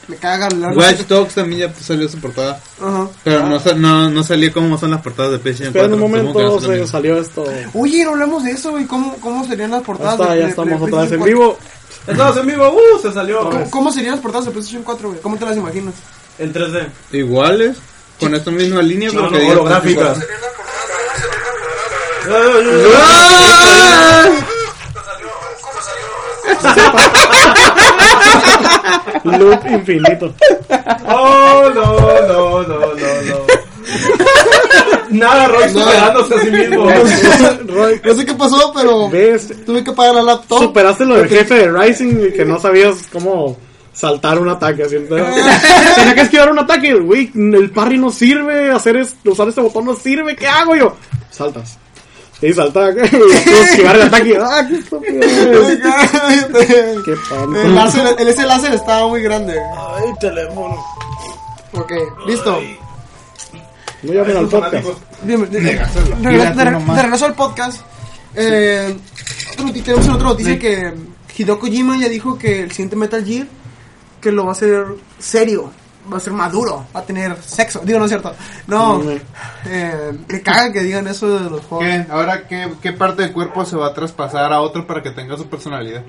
Me cagan la
Watch Dogs también ya salió su portada.
Ajá.
Pero no, sa- no, no salió cómo son las portadas de PlayStation
Esperen
4.
un
Supongo
momento,
que va a Ah, ser lo
se salió esto.
Oye, no hablamos de eso, güey. ¿Cómo, ¿Cómo serían las
Ya
portadas?
está,
de-
ya
de-
estamos
de
otra vez en
PlayStation
vivo.
Estamos en vivo, uh, se salió.
4? ¿Cómo, cómo serían las portadas de PlayStation 4, güey? ¿Cómo te las imaginas?
En 3D.
mismo. Iguales, con esta misma línea.
No,
pero
no,
que diga-
holográficas.
Ah. Loop infinito.
Oh, no, no, no, no, no. Nada, Roy superándose a sí mismo.
Roy,
No sé qué pasó, pero
¿ves?
tuve que pagar la laptop.
Superaste lo del jefe de Rising y que no sabías cómo saltar un ataque. Así, entonces, tenía que esquivar un ataque. Güey, el parry no sirve. Hacer es- usar este botón no sirve. ¿Qué hago yo? Saltas. Y salta. y tú esquivar el ataque. ¡Ah, qué estúpido! güey!
Cállate.
¡Qué
El
tonto!
láser, el- ese láser estaba muy grande.
Ay, teléfono.
Ok, listo.
No llamen al podcast.
Bien, de, de- de-
Mira,
de-
tú nomás.
de regreso al podcast. Eh, otro noti- tenemos en otra noticia que Hideo Kojima ya dijo que el siguiente Metal Gear que lo va a hacer serio, va a ser maduro, va a tener sexo. Digo, no es cierto. No,
Mm.
eh, me caga que digan eso de los juegos.
¿Qué? Ahora, qué, ¿qué parte del cuerpo se va a traspasar a otro para que tenga su personalidad?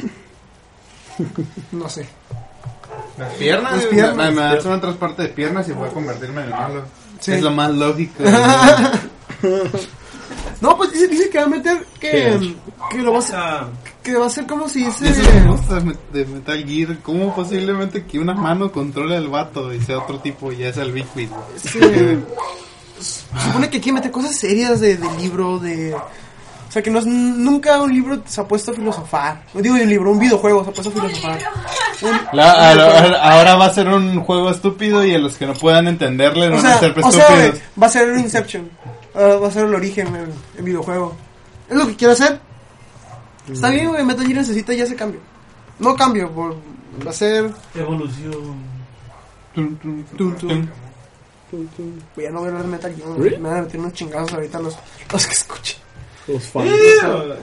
No sé.
Las piernas.
Las
Las
piernas.
piernas. Me, me hacen un trasparte de piernas y voy a convertirme en el malo.
Sí.
Es lo más lógico.
No, pues dice, dice que va a meter que,
Sí.
que lo va a hacer,
Ah,
que va a ser como si dice
Eso es lo que me gusta Ah, de Metal Gear. ¿Cómo posiblemente que una mano controle al vato y sea otro tipo y ya sea el Big Queen?
Sí. Se supone que aquí meter cosas serias de, de libro, de... O sea, que no es, nunca un libro se ha puesto a filosofar. No digo un libro, un videojuego se ha puesto a filosofar. Un-
ahora va a ser un juego estúpido y a los que no puedan entenderle
o
no
sea,
van a ser
o sea, güey,
estúpidos.
va a ser un Inception. Ah, va a ser el origen en, en videojuego. Es lo que quiero hacer. Está bien, güey, Metal Gear necesita ya ese cambio. No cambio, por, va a ser...
evolución.
Tum, tum, tum,
Tum, tum.
tum.
Güey, Ya no voy a hablar de Metal Gear, güey, me van a meter unos chingados ahorita los, los que escuchen.
Los fans.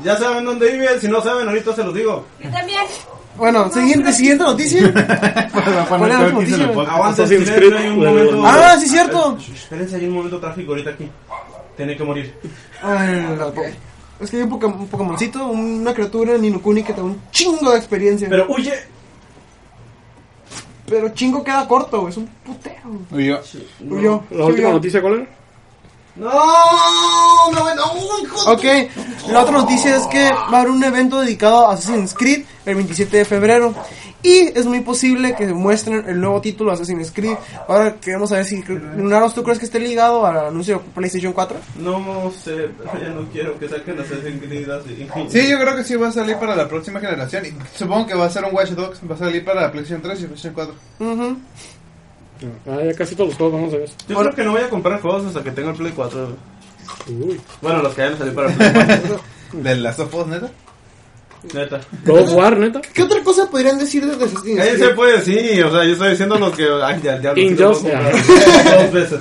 Ya saben dónde vive, si no saben, ahorita se los digo.
Yo también.
Bueno, siguiente, siguiente noticia.
Para
¿Cuál
poner
era la
todo el piso en
noticia?
el podcast.
Aguanta,
Assassin's
silencio,
Creed,
hay un
güey.
momento.
Ah, sí, cierto.
Espérense, hay un momento trágico ahorita aquí. Tiene que morir.
Ah,
Ay, la po- Es que hay un, Pokémon, un Pokémoncito, una criatura en Inukuni que te da un chingo de experiencia.
Pero huye.
Pero chingo queda corto, güey, Es un putero.
Y yo,
Huyó,
¿La última
huyó.
noticia cuál era?
No, no, no, hijo
Ok, la otra noticia es que va a haber un evento dedicado a Assassin's Creed el 27 de febrero. Y es muy posible que muestren el nuevo título de Assassin's Creed. Ahora queremos saber si. Lunaros, ¿tú crees que esté ligado al anuncio de PlayStation 4?
No sé, pero ya no quiero que saquen Assassin's Creed así.
Sí, yo creo que sí va a salir para la próxima generación. Y supongo que va a ser un Watch Dogs. Va a salir para la PlayStation 3 y PlayStation 4.
Ujú.
Ah, ya casi todos los juegos vamos a ver.
Yo creo que no voy a comprar juegos hasta que tenga el Play 4.
Uy.
Bueno, los que hayan salido para el Play
¿De las sofos, neta?
4. Neta.
God of War, neta.
¿Qué otra cosa podrían decir de Assassin's
Ahí
Creed?
se puede, pues, sí, o sea, yo estoy diciendo lo que. Ay, ya, ya lo
Injustice.
Dos veces.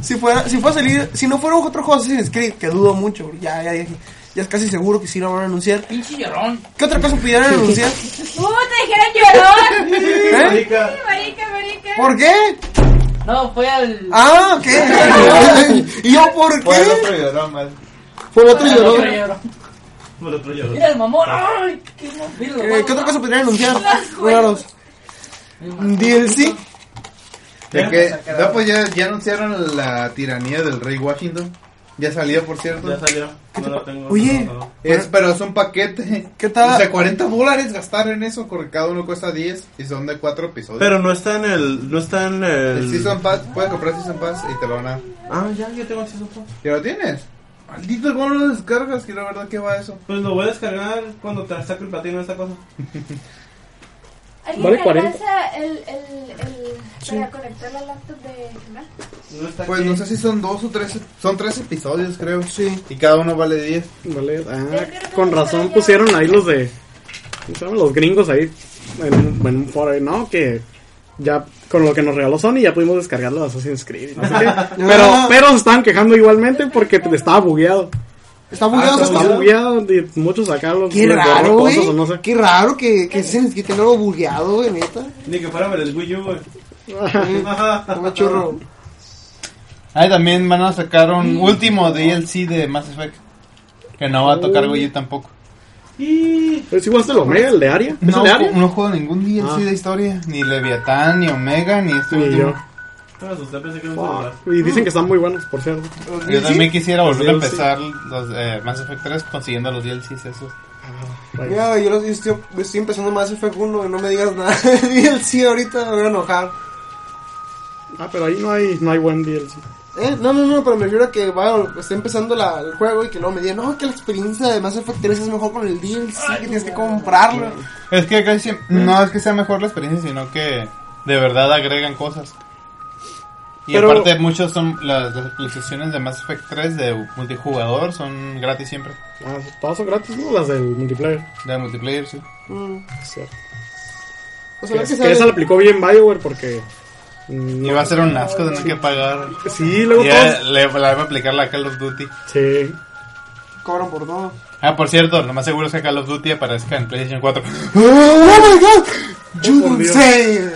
Si fuera, si fuera a salir, si no fuera otro juego de Assassin's Creed, que dudo mucho, ya, ya dije. Ya es casi seguro que sí lo van a anunciar.
Pinche llorón.
¿Qué otra cosa pudieran anunciar?
¡Uh, te dijeron llorón!
¿Eh?
Sí, marica, marica.
¿Por qué?
No, fue al.
Ah, ok. ¿Y yo por qué?
Fue el otro llorón, man.
Por otro
al
llorón.
otro llorón.
Por otro yo.
Mira el mamón. Ay, qué mamón. Mira el
Eh, ¿Qué otra
mamón.
cosa podrían anunciar? Raros. DLC.
De que, no, pues ya, ya anunciaron la tiranía del rey Washington. Ya salió, por cierto.
Ya salió. No lo tengo.
Oye.
no, no.
Es, pero es un paquete.
¿Qué tal?
O sea, 40 dólares gastar en eso, porque cada uno cuesta 10 y son de 4 episodios.
Pero no está en el. No está en el.
el Season Pass, puedes comprar Season Pass y te lo van a.
Ah, ya, yo tengo el Season Pass.
¿Ya lo tienes? Maldito, ¿cómo lo descargas? Que la verdad que va eso.
Pues lo voy a descargar cuando te saque el platino de esta cosa.
¿Alguien
Vale
me
40.
alcanza el, el, el, para conectar la laptop de Gemma?
No está
Pues
aquí.
no sé si son 2 o 3. Son 3 episodios, creo. Sí. Y cada uno vale 10.
Vale, ah, con razón pusieron ahí los de. ¿cómo se llaman? Los gringos ahí en, un- en un foro, ¿no? Que ya con lo que nos regaló Sony ya pudimos descargarlo de Assassin's Creed. y no sé qué. Pero, pero se estaban quejando igualmente porque estaba bugueado.
Está bugueado.
Estaba
está
bugueado y muchos sacaron
Qué
les borraron
raro, güey.
cosas o no sé.
Qué raro que, que se que tenga algo bugueado, güey, neta.
Ni que fuera para el Wii U, güey.
Está más chorro.
Ah, y también van a sacar un
Mm.
último DLC de Mass Effect. Que no va a tocar
Oh.
Goyi tampoco.
Pero si jugaste el Omega, este el de Aria. ¿Es
No,
el de Aria?
no juego ningún DLC
Ah.
de historia. Ni Leviatán, ni Omega, ni este
Ni
último.
yo.
Me asusté, pensé que no
Fuck.
iba
Y dicen que están muy buenos, por cierto.
Yo también quisiera volver a
Los DLC.
empezar los eh, Mass Effect 3 consiguiendo los DLCs esos.
Vaya.
Ya, yo, los- yo estoy, yo estoy empezando más F1 y no me digas nada de DLC ahorita, me voy a enojar.
Ah, pero ahí no hay, no hay buen DLC.
¿Eh? No, no, no, pero me refiero a que va, está empezando la- el juego y que luego me digan, no, que la experiencia de Mass Effect 3 es mejor con el DLC, que tienes que comprarlo.
Es que casi
Mm.
no es que sea mejor la experiencia, sino que de verdad agregan cosas. Y
Pero-
aparte muchos son las, las actualizaciones de Mass Effect 3 de multijugador son gratis siempre.
Ah, todas son gratis, ¿no? Las del multiplayer.
De multiplayer, sí.
Mm.
Es cierto.
O sea,
Que,
que,
que
sale-
esa la aplicó bien Bioware porque.
Y
mm,
va a ser un asco tener que pagar.
Sí,
Y
luego
ya
todos.
le, le va a aplicar la Call of Duty.
Sí.
cobran por todo.
Ah, por cierto, lo más seguro es que Call of Duty aparezca en PlayStation 4.
¡Oh, my God! You
por
don't
Dios.
say.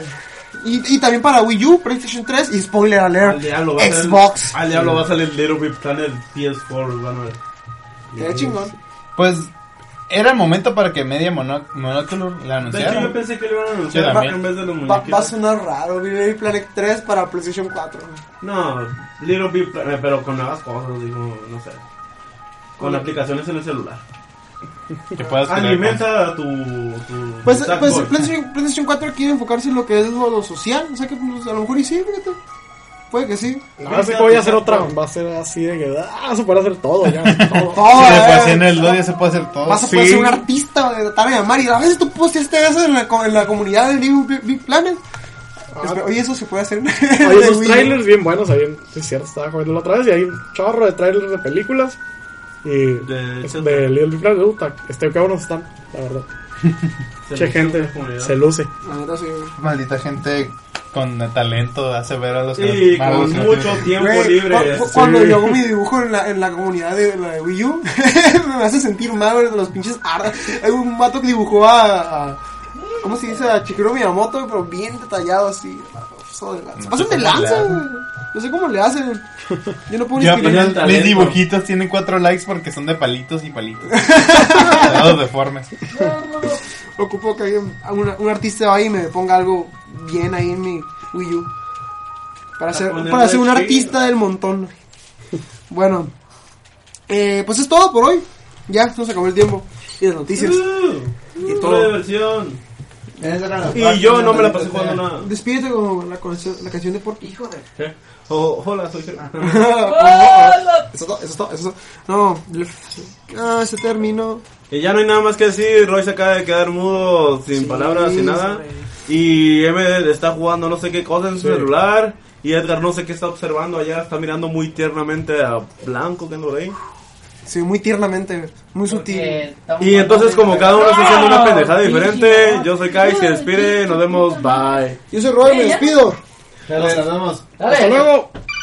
Y, y también para Wii U, PlayStation 3 y spoiler alert,
Al diablo va a salir-
Xbox.
Al diablo va a salir Little Big Planet PS4, van a ver.
Qué chingón.
Pues era el momento para que Media Mono- Monocular la
De hecho, yo
anunciara.
pensé que lo iban a anunciar
Yo también.
en vez de los
Va, va a
muñequitos.
sonar raro, Little Planet 3 para PlayStation 4.
No, Little Big Planet, pero con nuevas cosas, digo, no sé. Con aplicaciones en el celular.
Que puedas
Ah,
pelear con-
Alimenta a tu. tu
Pues,
tu
pues
Sackboy.
PlayStation, PlayStation 4 quiere enfocarse en lo que es lo, lo social. O sea que pues, a lo mejor y sí, fíjate. Puede que sí.
Ahora sí que voy a hacer otra. Va a ser así de que. Ah, se puede hacer todo ya. todo.
Todo,
Sí,
eh.
pues, en el LOL ya se puede hacer todo.
Vas a poder ser un artista de la tarde de mar y a veces tú posteaste eso en la, co- en la comunidad de Little Big, Big Planet. Espera, Ah, Oye, eso se puede hacer.
Hay Ah. esos trailers bien buenos ahí. en- Sí, es cierto, estaba comiendo otra vez. Y hay un chorro de trailers de películas. Y.
De-
es- De, Little Big Planet. Puta, este qué buenos están, la verdad.
Se
Che,
luce
gente.
la comunidad.
Se luce.
La neta, sí, güey.
Maldita gente con talento hace ver a los
Y
a los
con
que no
mucho
tienen.
tiempo
Güey,
libre.
cu- cu- Cuando yo hago mi dibujo en la, en la comunidad de la de Wii U, me hace sentir mal güey, de los pinches arras. Hay un mato que dibujó a, a- ¿Cómo se dice? A Chikiro Miyamoto, güey, pero bien detallado así. Paso de lanza.
No
Pasan
sé
de
cómo le
lanza,
hacen.
güey. No sé cómo le hacen. Yo no puedo ni
Ya,
escribir.
pues,
talento.
mis dibujitos tienen cuatro likes porque son de palitos y palitos. Todos deformes.
Ocupo que alguien, un, un artista vaya y me ponga algo bien ahí en mi Wii U. Para ser,
ponerle
para ser un
chido.
artista del montón. Bueno, eh, pues es todo por hoy. Ya, se nos acabó el tiempo. Y las noticias.
Eh, Y
todo.
Uh, diversión. Y yo no me la pasé jugando nada.
Despídete con la, canción- la canción de Porky.
Hijo de.
¿Qué? Oh, hola, soy Ger-
¡Hola!
Eso es todo, eso es todo, eso es todo. No, ah, se terminó.
Y ya no hay nada más que decir. Roy se acaba de quedar mudo, sin palabras, sin nada. Y M está jugando no sé qué cosa en su celular. Y Edgar no sé qué está observando allá. Está mirando muy tiernamente a Blanco que anda por ahí.
Sí, muy tiernamente, muy sutil.
Eh,
Porque estamos
Y entonces, como cada uno está haciendo una
¡Ah!
pendejada
Sí,
diferente,
no.
yo soy Kai, se despide. Nos vemos, bye.
Yo soy Roy, me despido.
Dale, nos vemos.
Dale.
Hasta luego.